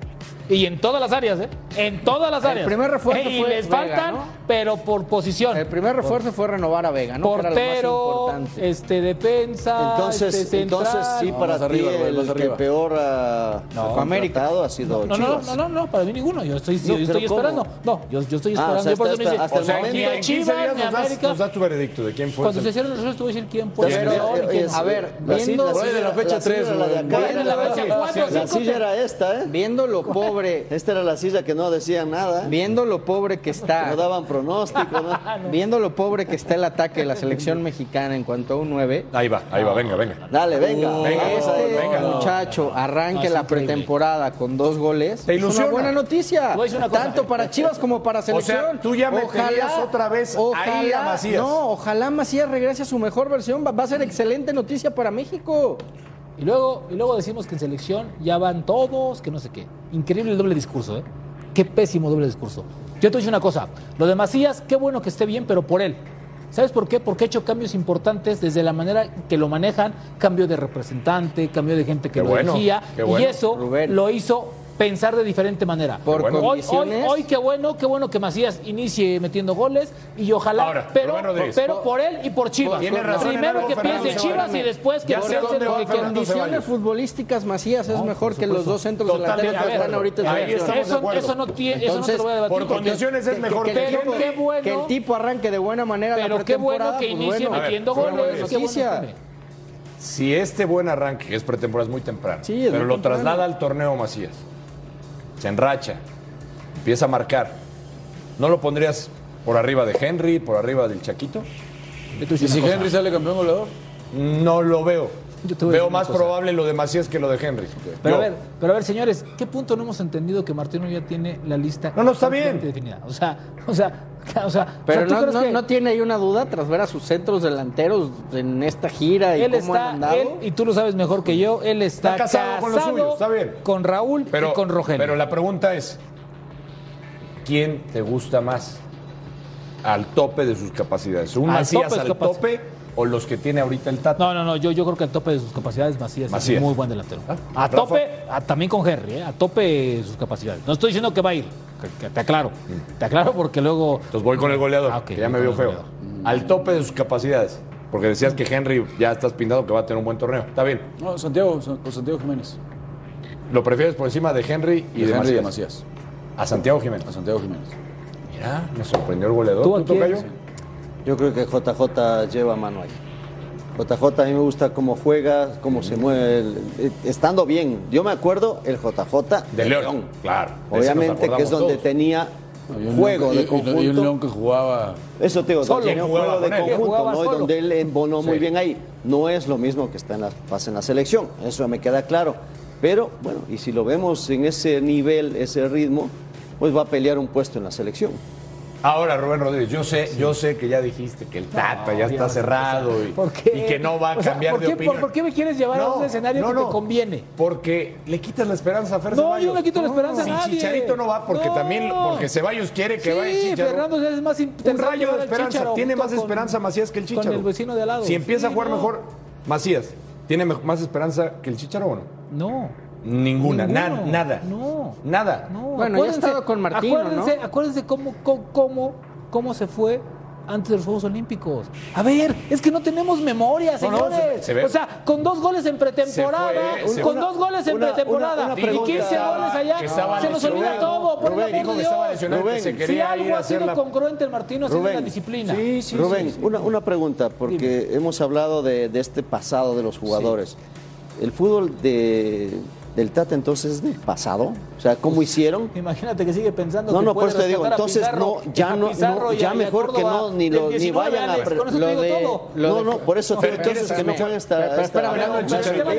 [SPEAKER 11] Y en todas las áreas, ¿eh? En todas las
[SPEAKER 12] El
[SPEAKER 11] áreas.
[SPEAKER 12] primer refuerzo
[SPEAKER 11] Y
[SPEAKER 12] fue
[SPEAKER 11] les
[SPEAKER 12] Vega,
[SPEAKER 11] faltan,
[SPEAKER 12] ¿no?
[SPEAKER 11] pero por posición.
[SPEAKER 12] El primer refuerzo fue renovar a Vega, ¿no? Que era lo más
[SPEAKER 11] Portero,
[SPEAKER 12] importante.
[SPEAKER 11] este, defensa,
[SPEAKER 13] Entonces,
[SPEAKER 11] este, central.
[SPEAKER 13] entonces sí,
[SPEAKER 11] No,
[SPEAKER 13] para
[SPEAKER 11] más
[SPEAKER 13] ti
[SPEAKER 11] arriba, Rubén, más
[SPEAKER 13] el que
[SPEAKER 11] arriba.
[SPEAKER 13] peor ha
[SPEAKER 11] No.
[SPEAKER 13] contratado ha
[SPEAKER 11] No,
[SPEAKER 13] sido
[SPEAKER 11] no,
[SPEAKER 13] Chivas.
[SPEAKER 11] no, no, no, para mí ninguno. Yo estoy,
[SPEAKER 13] No,
[SPEAKER 11] yo estoy
[SPEAKER 13] pero ¿cómo?
[SPEAKER 11] esperando. No, yo, yo estoy
[SPEAKER 13] Ah,
[SPEAKER 11] esperando.
[SPEAKER 13] o sea,
[SPEAKER 11] yo por
[SPEAKER 13] hasta-
[SPEAKER 11] eso me dice,
[SPEAKER 13] hasta- hasta el
[SPEAKER 11] o sea,
[SPEAKER 13] momento.
[SPEAKER 11] ni
[SPEAKER 13] En
[SPEAKER 11] a
[SPEAKER 13] 15
[SPEAKER 11] Chivas,
[SPEAKER 13] días
[SPEAKER 11] ni a
[SPEAKER 13] nos das-
[SPEAKER 11] América.
[SPEAKER 10] Nos das tu veredicto de quién fue.
[SPEAKER 11] Cuando
[SPEAKER 10] el-
[SPEAKER 11] se hicieron los resultados, te voy a decir quién puede
[SPEAKER 10] Pero,
[SPEAKER 11] ser peor y
[SPEAKER 13] eh,
[SPEAKER 11] quién
[SPEAKER 13] es-
[SPEAKER 11] no.
[SPEAKER 13] A ver,
[SPEAKER 12] La viendo-
[SPEAKER 13] silla-
[SPEAKER 12] Fue de la fecha
[SPEAKER 13] silla
[SPEAKER 12] tres,
[SPEAKER 13] era la de
[SPEAKER 12] Rubén.
[SPEAKER 13] acá,
[SPEAKER 12] Fue de la
[SPEAKER 13] ¿eh?
[SPEAKER 12] fecha cuatro,
[SPEAKER 13] La
[SPEAKER 12] cinco,
[SPEAKER 13] silla
[SPEAKER 12] te-
[SPEAKER 13] era esta, ¿eh?
[SPEAKER 12] Viendo lo pobre.
[SPEAKER 13] Esta era la silla que no decían nada.
[SPEAKER 12] Viendo lo pobre que está.
[SPEAKER 13] No daban pronóstico, ¿no?
[SPEAKER 12] Viendo lo pobre que está el ataque de la selección mexicana en cuanto a un 9.
[SPEAKER 10] Ahí va, ahí va, venga, venga.
[SPEAKER 11] Ah,
[SPEAKER 13] Dale, venga.
[SPEAKER 12] venga,
[SPEAKER 13] Vamos a
[SPEAKER 12] este
[SPEAKER 13] ver. Venga.
[SPEAKER 12] muchacho
[SPEAKER 13] No,
[SPEAKER 12] arranque
[SPEAKER 13] es
[SPEAKER 12] la
[SPEAKER 13] increíble.
[SPEAKER 12] pretemporada con dos goles.
[SPEAKER 13] Te
[SPEAKER 12] Es
[SPEAKER 13] ilusiona.
[SPEAKER 12] una buena noticia.
[SPEAKER 13] Voy a decir una cosa.
[SPEAKER 12] Tanto para Chivas como para
[SPEAKER 13] O sea,
[SPEAKER 12] selección.
[SPEAKER 13] tú ya meterías otra vez ahí a Macías.
[SPEAKER 12] No, ojalá Macías regrese a su mejor versión. Va, va a ser excelente noticia para México.
[SPEAKER 11] Y luego, y luego decimos que en selección ya van todos, que no sé qué. Increíble el doble discurso, ¿eh? Qué pésimo doble discurso. Yo te voy a decir una cosa. Lo de Macías, qué bueno que esté bien, pero por él. ¿Sabes por qué? Porque ha hecho cambios importantes desde la manera que lo manejan. Cambio de representante, cambio de gente que
[SPEAKER 12] Qué
[SPEAKER 11] lo
[SPEAKER 12] bueno,
[SPEAKER 11] dirigía.
[SPEAKER 12] qué bueno,
[SPEAKER 11] y eso lo hizo pensar de diferente manera.
[SPEAKER 12] Por
[SPEAKER 11] hoy, hoy,
[SPEAKER 12] condiciones.
[SPEAKER 11] hoy, qué bueno, qué bueno que Macías inicie metiendo goles y ojalá,
[SPEAKER 10] Ahora,
[SPEAKER 11] pero,
[SPEAKER 10] Rubén Rodríguez.
[SPEAKER 11] pero por él y por Chivas.
[SPEAKER 10] Tiene razón en
[SPEAKER 11] Primero
[SPEAKER 10] algo,
[SPEAKER 11] que
[SPEAKER 10] Fernando
[SPEAKER 11] piense en Chivas y
[SPEAKER 10] Ceballos.
[SPEAKER 11] después que
[SPEAKER 10] Ya sé
[SPEAKER 11] piense
[SPEAKER 10] dónde
[SPEAKER 11] lo
[SPEAKER 10] va
[SPEAKER 11] que
[SPEAKER 10] Fernando
[SPEAKER 11] quiera.
[SPEAKER 12] Condiciones futbolísticas Macías es mejor que los dos centros delanteros que están ahorita. en la
[SPEAKER 11] Ahí
[SPEAKER 12] selección.
[SPEAKER 11] estamos de acuerdo. eso, no tiene, eso no te lo voy a debatir. porque- que- que-
[SPEAKER 12] el
[SPEAKER 11] Pero
[SPEAKER 12] tipo-
[SPEAKER 11] qué bueno.
[SPEAKER 12] que el tipo arranque de buena manera la
[SPEAKER 11] Pero qué bueno
[SPEAKER 12] pretemporada,
[SPEAKER 11] que
[SPEAKER 12] pues
[SPEAKER 11] inicie
[SPEAKER 12] bueno.
[SPEAKER 11] metiendo
[SPEAKER 10] A ver,
[SPEAKER 11] goles.
[SPEAKER 10] Rubén,
[SPEAKER 11] qué bueno
[SPEAKER 10] noticia.
[SPEAKER 11] que tiene.
[SPEAKER 10] Si este buen arranque, que es pretemporada, es muy temprano,
[SPEAKER 11] Sí, es
[SPEAKER 10] pero
[SPEAKER 11] muy
[SPEAKER 10] lo
[SPEAKER 11] temprano.
[SPEAKER 10] traslada al torneo Macías, se enracha, empieza a marcar, ¿no lo pondrías por arriba de Henry, por arriba del Chaquito?
[SPEAKER 11] ¿Y
[SPEAKER 14] Pues si Henry sale campeón goleador?
[SPEAKER 10] No lo veo.
[SPEAKER 11] te voy a
[SPEAKER 10] Veo
[SPEAKER 11] decir una
[SPEAKER 10] más
[SPEAKER 11] cosa.
[SPEAKER 10] probable lo de Macías que lo de Henry.
[SPEAKER 11] Pero a
[SPEAKER 10] Yo.
[SPEAKER 11] ver, pero a ver, señores, ¿qué punto no hemos entendido que Martino ya tiene la lista?
[SPEAKER 10] No, no, está
[SPEAKER 11] completamente
[SPEAKER 10] bien.
[SPEAKER 11] definida? O sea, o sea, o sea,
[SPEAKER 12] Pero
[SPEAKER 11] o sea, ¿tú
[SPEAKER 12] no,
[SPEAKER 11] crees
[SPEAKER 12] no-
[SPEAKER 11] que
[SPEAKER 12] no tiene ahí una duda tras ver a sus centros delanteros en esta gira y
[SPEAKER 11] él
[SPEAKER 12] cómo han
[SPEAKER 11] está,
[SPEAKER 12] andado.
[SPEAKER 11] él, y tú lo sabes mejor que yo, él está,
[SPEAKER 10] Está casado con los
[SPEAKER 11] casado
[SPEAKER 10] suyos, está bien.
[SPEAKER 11] con Raúl
[SPEAKER 10] Pero,
[SPEAKER 11] y con Rogelio.
[SPEAKER 10] Pero la pregunta es: ¿quién te gusta más? Al tope de sus capacidades. ¿Un
[SPEAKER 11] Al
[SPEAKER 10] Macías
[SPEAKER 11] tope de
[SPEAKER 10] al
[SPEAKER 11] sus capaci-
[SPEAKER 10] tope o los que tiene ahorita el Tata?
[SPEAKER 11] No, no, no, yo, yo creo que al tope de sus capacidades Macías,
[SPEAKER 10] Macías.
[SPEAKER 11] es muy buen delantero.
[SPEAKER 10] Ah,
[SPEAKER 11] A
[SPEAKER 10] Rafa.
[SPEAKER 11] tope, a- también con Henry, ¿eh? a tope de sus capacidades. No estoy diciendo que va a ir, que- que te aclaro,
[SPEAKER 10] Mm.
[SPEAKER 11] te aclaro porque luego...
[SPEAKER 10] Entonces voy con el
[SPEAKER 11] Ah,
[SPEAKER 10] goleador, que ya me vio feo. Al tope de sus capacidades. Porque decías que Henry ya estás pintado que va a tener un buen torneo. Está bien.
[SPEAKER 14] No, Santiago, San- con Santiago Jiménez.
[SPEAKER 10] ¿Lo prefieres por encima de Henry y
[SPEAKER 14] De
[SPEAKER 10] de,
[SPEAKER 14] Henry y de
[SPEAKER 10] Macías? A Santiago Jiménez. A
[SPEAKER 14] Santiago Jiménez.
[SPEAKER 10] Mira, me sorprendió el goleador.
[SPEAKER 13] ¿Tú a quién?
[SPEAKER 10] tocayo?
[SPEAKER 13] Yo creo que JJ lleva mano ahí. JJ a mí me gusta cómo juega, cómo se mueve, el- el- estando bien. Yo me acuerdo el JJ
[SPEAKER 14] De León, claro.
[SPEAKER 13] Obviamente que es donde tenía juego de
[SPEAKER 14] Y un
[SPEAKER 13] conjunto.
[SPEAKER 14] León que jugaba.
[SPEAKER 13] Eso te digo,
[SPEAKER 14] Solo.
[SPEAKER 13] tenía un
[SPEAKER 14] Jugaba
[SPEAKER 13] juego de
[SPEAKER 14] con él.
[SPEAKER 13] conjunto,
[SPEAKER 14] Jugaba
[SPEAKER 13] ¿no? Y
[SPEAKER 14] solo.
[SPEAKER 13] donde él embonó muy
[SPEAKER 14] Sí.
[SPEAKER 13] bien ahí. No es lo mismo que está en la, pasa en la selección, eso me queda claro. Pero bueno, y si lo vemos en ese nivel, ese ritmo, pues va a pelear un puesto en la selección.
[SPEAKER 10] Ahora, Rubén Rodríguez, yo sé, yo sé que ya dijiste que el Tata ya está cerrado y,
[SPEAKER 11] ¿Por qué?
[SPEAKER 10] y que no va a
[SPEAKER 11] O sea,
[SPEAKER 10] cambiar
[SPEAKER 11] ¿por
[SPEAKER 10] de
[SPEAKER 11] qué-
[SPEAKER 10] opinión.
[SPEAKER 11] ¿por, por qué me quieres llevar a
[SPEAKER 10] No,
[SPEAKER 11] un escenario
[SPEAKER 10] no,
[SPEAKER 11] que
[SPEAKER 10] no.
[SPEAKER 11] te conviene?
[SPEAKER 10] Porque le quitas la esperanza a Fer
[SPEAKER 11] No,
[SPEAKER 10] Ceballos.
[SPEAKER 11] yo no le quito la esperanza a
[SPEAKER 10] Si
[SPEAKER 11] nadie.
[SPEAKER 10] Chicharito no va, porque
[SPEAKER 11] No.
[SPEAKER 10] también, porque Ceballos quiere que
[SPEAKER 11] sí,
[SPEAKER 10] vaya el Chicharito.
[SPEAKER 11] Fernando Ceballos es más
[SPEAKER 10] Un
[SPEAKER 11] interesante
[SPEAKER 10] rayo
[SPEAKER 11] ver
[SPEAKER 10] de
[SPEAKER 11] al
[SPEAKER 10] esperanza.
[SPEAKER 11] Chicharo
[SPEAKER 10] Tiene
[SPEAKER 11] junto
[SPEAKER 10] más
[SPEAKER 11] con-
[SPEAKER 10] esperanza Macías que el Chicharo.
[SPEAKER 11] Con el vecino de al lado.
[SPEAKER 10] Si empieza a
[SPEAKER 11] Sí,
[SPEAKER 10] jugar
[SPEAKER 11] no.
[SPEAKER 10] mejor, Macías, ¿tiene me- más esperanza que el Chicharo o no?
[SPEAKER 11] No.
[SPEAKER 10] Ninguna, na-
[SPEAKER 11] Ninguno.
[SPEAKER 10] nada.
[SPEAKER 11] No.
[SPEAKER 10] Nada.
[SPEAKER 12] Bueno, ya ha estado con Martino, ¿no?
[SPEAKER 11] acuérdense, Acuérdense cómo, cómo, cómo, cómo se fue antes de los Juegos Olímpicos. A ver, es que no tenemos memoria,
[SPEAKER 10] No, no,
[SPEAKER 11] señores.
[SPEAKER 10] se- se ve.
[SPEAKER 11] o sea, con dos goles en pretemporada,
[SPEAKER 10] Se fue, se
[SPEAKER 11] con
[SPEAKER 10] fue.
[SPEAKER 11] dos goles en
[SPEAKER 10] Una-
[SPEAKER 11] pretemporada
[SPEAKER 10] una- una
[SPEAKER 11] y 15
[SPEAKER 10] pregunta
[SPEAKER 11] goles
[SPEAKER 10] que
[SPEAKER 11] allá,
[SPEAKER 10] estaba
[SPEAKER 11] se nos
[SPEAKER 10] lesionado.
[SPEAKER 11] olvida todo. Por el
[SPEAKER 10] Rubén,
[SPEAKER 11] amor de
[SPEAKER 10] dijo que
[SPEAKER 11] Dios.
[SPEAKER 10] estaba lesionado, que se
[SPEAKER 11] si
[SPEAKER 10] quería
[SPEAKER 11] algo
[SPEAKER 10] ir a
[SPEAKER 11] ha sido
[SPEAKER 10] hacer la-
[SPEAKER 11] congruente el Martino, ha sido la disciplina.
[SPEAKER 13] Rubén, Una, una pregunta, porque hemos hablado de, de este pasado de los jugadores. el fútbol de, del Tata entonces es del pasado. O sea, ¿cómo hicieron?
[SPEAKER 11] Pues, Imagínate que sigue pensando
[SPEAKER 13] No,
[SPEAKER 11] que
[SPEAKER 13] no,
[SPEAKER 11] puede
[SPEAKER 13] por eso te digo,
[SPEAKER 11] rescatar a
[SPEAKER 13] entonces
[SPEAKER 11] Pizarro,
[SPEAKER 13] no, ya
[SPEAKER 11] a
[SPEAKER 13] no, no,
[SPEAKER 11] Pizarro y a-
[SPEAKER 13] ya
[SPEAKER 11] y a
[SPEAKER 13] mejor que
[SPEAKER 11] Córdoba
[SPEAKER 13] no, ni,
[SPEAKER 11] del
[SPEAKER 13] lo, ni
[SPEAKER 11] 19,
[SPEAKER 13] vayan a...
[SPEAKER 11] Alex,
[SPEAKER 13] pre-
[SPEAKER 11] con eso te
[SPEAKER 13] lo
[SPEAKER 11] digo
[SPEAKER 13] de-
[SPEAKER 11] todo.
[SPEAKER 13] no, no, por eso te digo, entonces que no pueden estar... estar-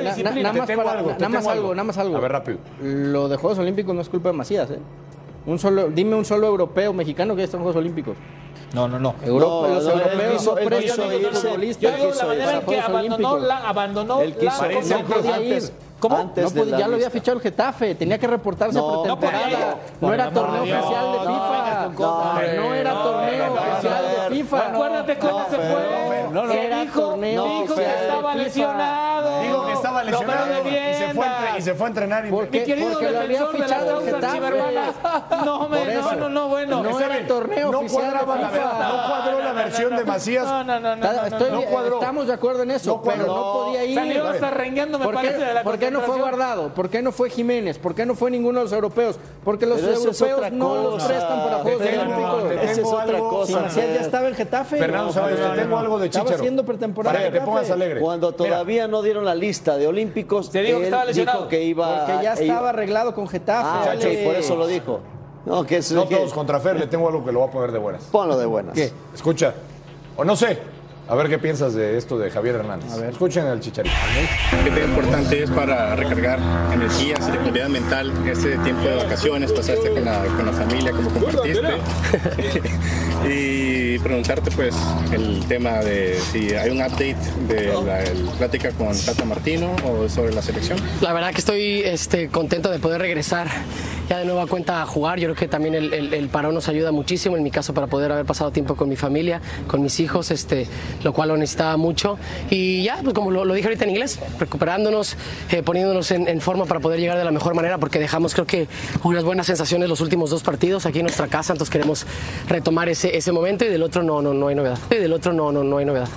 [SPEAKER 12] nada más algo, nada más algo.
[SPEAKER 16] A ver, rápido.
[SPEAKER 12] Lo de Juegos Olímpicos no es culpa de Macías, ¿eh? Un solo, dime un solo europeo mexicano que está en Juegos Olímpicos.
[SPEAKER 11] No, no, no.
[SPEAKER 12] Europa, los
[SPEAKER 11] no, él
[SPEAKER 12] europeos
[SPEAKER 11] quiso-
[SPEAKER 12] no
[SPEAKER 11] él
[SPEAKER 12] prestan
[SPEAKER 11] quiso
[SPEAKER 12] a los
[SPEAKER 11] irse,
[SPEAKER 12] futbolistas.
[SPEAKER 11] yo digo la manera en que
[SPEAKER 12] Juegos
[SPEAKER 11] abandonó
[SPEAKER 12] Olímpicos.
[SPEAKER 11] la- abandonó Él quiso la- ir, no
[SPEAKER 12] no podía
[SPEAKER 11] antes-
[SPEAKER 12] ir.
[SPEAKER 11] ¿Cómo?
[SPEAKER 12] Antes
[SPEAKER 11] No
[SPEAKER 12] no
[SPEAKER 11] podía-
[SPEAKER 12] podía, ya lo había fichado el Getafe, tenía que reportarse
[SPEAKER 11] No, no podía ir.
[SPEAKER 12] pretemporada. No,
[SPEAKER 11] Por
[SPEAKER 12] era
[SPEAKER 11] el amor
[SPEAKER 12] torneo
[SPEAKER 11] de Dios,
[SPEAKER 12] oficial de
[SPEAKER 11] no vengas
[SPEAKER 12] FIFA.
[SPEAKER 11] con
[SPEAKER 12] No,
[SPEAKER 11] cosas.
[SPEAKER 12] no era
[SPEAKER 11] No,
[SPEAKER 12] torneo
[SPEAKER 11] no, no,
[SPEAKER 12] oficial
[SPEAKER 11] no,
[SPEAKER 12] de
[SPEAKER 11] no,
[SPEAKER 12] FIFA.
[SPEAKER 11] no, Acuérdate cómo se fue.
[SPEAKER 12] no, no.
[SPEAKER 11] Que
[SPEAKER 12] Era
[SPEAKER 11] dijo-
[SPEAKER 12] torneo
[SPEAKER 11] dijo que
[SPEAKER 12] oficial de
[SPEAKER 11] estaba
[SPEAKER 12] FIFA.
[SPEAKER 11] lesionado.
[SPEAKER 10] Digo que estaba
[SPEAKER 11] No me lo
[SPEAKER 10] lesionado y se fue, a entre- y se fue a entrenar. y-
[SPEAKER 11] Mi querido defensor de las causas chivermanas. No, me,
[SPEAKER 10] Por
[SPEAKER 11] no,
[SPEAKER 10] eso.
[SPEAKER 11] no, no, bueno.
[SPEAKER 10] Está bien, no cuadraba la ver- no cuadró la versión de Macías.
[SPEAKER 11] No, no, no, no.
[SPEAKER 12] Está-
[SPEAKER 11] no,
[SPEAKER 12] estoy-
[SPEAKER 11] no, no.
[SPEAKER 12] Estamos de acuerdo en eso,
[SPEAKER 11] No
[SPEAKER 12] pero
[SPEAKER 11] cuadró.
[SPEAKER 12] no podía ir.
[SPEAKER 11] Salió hasta rengueando, me
[SPEAKER 12] ¿Por qué-
[SPEAKER 11] parece, de la
[SPEAKER 12] ¿Por qué no fue
[SPEAKER 11] concentración.
[SPEAKER 12] guardado? ¿Por qué no fue Jiménez? ¿Por qué no fue ninguno de los europeos? Porque los
[SPEAKER 13] Pero eso es
[SPEAKER 12] europeos
[SPEAKER 13] otra
[SPEAKER 12] no los
[SPEAKER 13] cosa.
[SPEAKER 12] prestan para
[SPEAKER 13] Te
[SPEAKER 12] Juegos
[SPEAKER 13] tengo-
[SPEAKER 12] Olímpicos.
[SPEAKER 13] te Esa es tengo otra algo, cosa.
[SPEAKER 12] Si Marcial ya estaba en Getafe.
[SPEAKER 13] Fernando
[SPEAKER 12] No,
[SPEAKER 13] Sáenz,
[SPEAKER 12] Fernando,
[SPEAKER 13] te tengo
[SPEAKER 12] no.
[SPEAKER 13] algo de
[SPEAKER 12] Estaba
[SPEAKER 13] Chícharo.
[SPEAKER 12] haciendo pretemporada. en Getafe.
[SPEAKER 13] Cuando todavía no dieron la lista de olímpicos,
[SPEAKER 12] Te digo que
[SPEAKER 13] él
[SPEAKER 12] estaba lesionado.
[SPEAKER 13] dijo que iba...
[SPEAKER 12] Porque ya
[SPEAKER 13] e iba-
[SPEAKER 12] estaba arreglado con Getafe.
[SPEAKER 13] Ah,
[SPEAKER 12] Dale.
[SPEAKER 13] ok, por eso lo dijo. No, que es...
[SPEAKER 10] No
[SPEAKER 13] que-
[SPEAKER 10] todos contra Fer, le tengo algo que lo va a poner de buenas.
[SPEAKER 13] Ponlo de buenas.
[SPEAKER 10] ¿Qué? Escucha, o no sé, a ver qué piensas de esto de Javier Hernández. Escuchen al chicharito.
[SPEAKER 17] ¿Qué tan importante es para recargar energías y actividad mental este tiempo de vacaciones? Pasaste con la, con la familia, como compartiste. y preguntarte, pues, el tema de si hay un update de la el- plática con Tata Martino o sobre la selección.
[SPEAKER 18] La verdad que estoy este, contento de poder regresar ya de nueva cuenta a jugar. Yo creo que también el, el, el parón nos ayuda muchísimo, en mi caso, para poder haber pasado tiempo con mi familia, con mis hijos, este, lo cual lo necesitaba mucho. Y ya, pues como lo, lo dije ahorita en inglés, recuperándonos, eh, poniéndonos en, en forma para poder llegar de la mejor manera, porque dejamos creo que unas buenas sensaciones los últimos dos partidos aquí en nuestra casa, entonces queremos retomar ese, ese momento y del otro no, no, no hay novedad. Y del otro no, no, no hay novedad.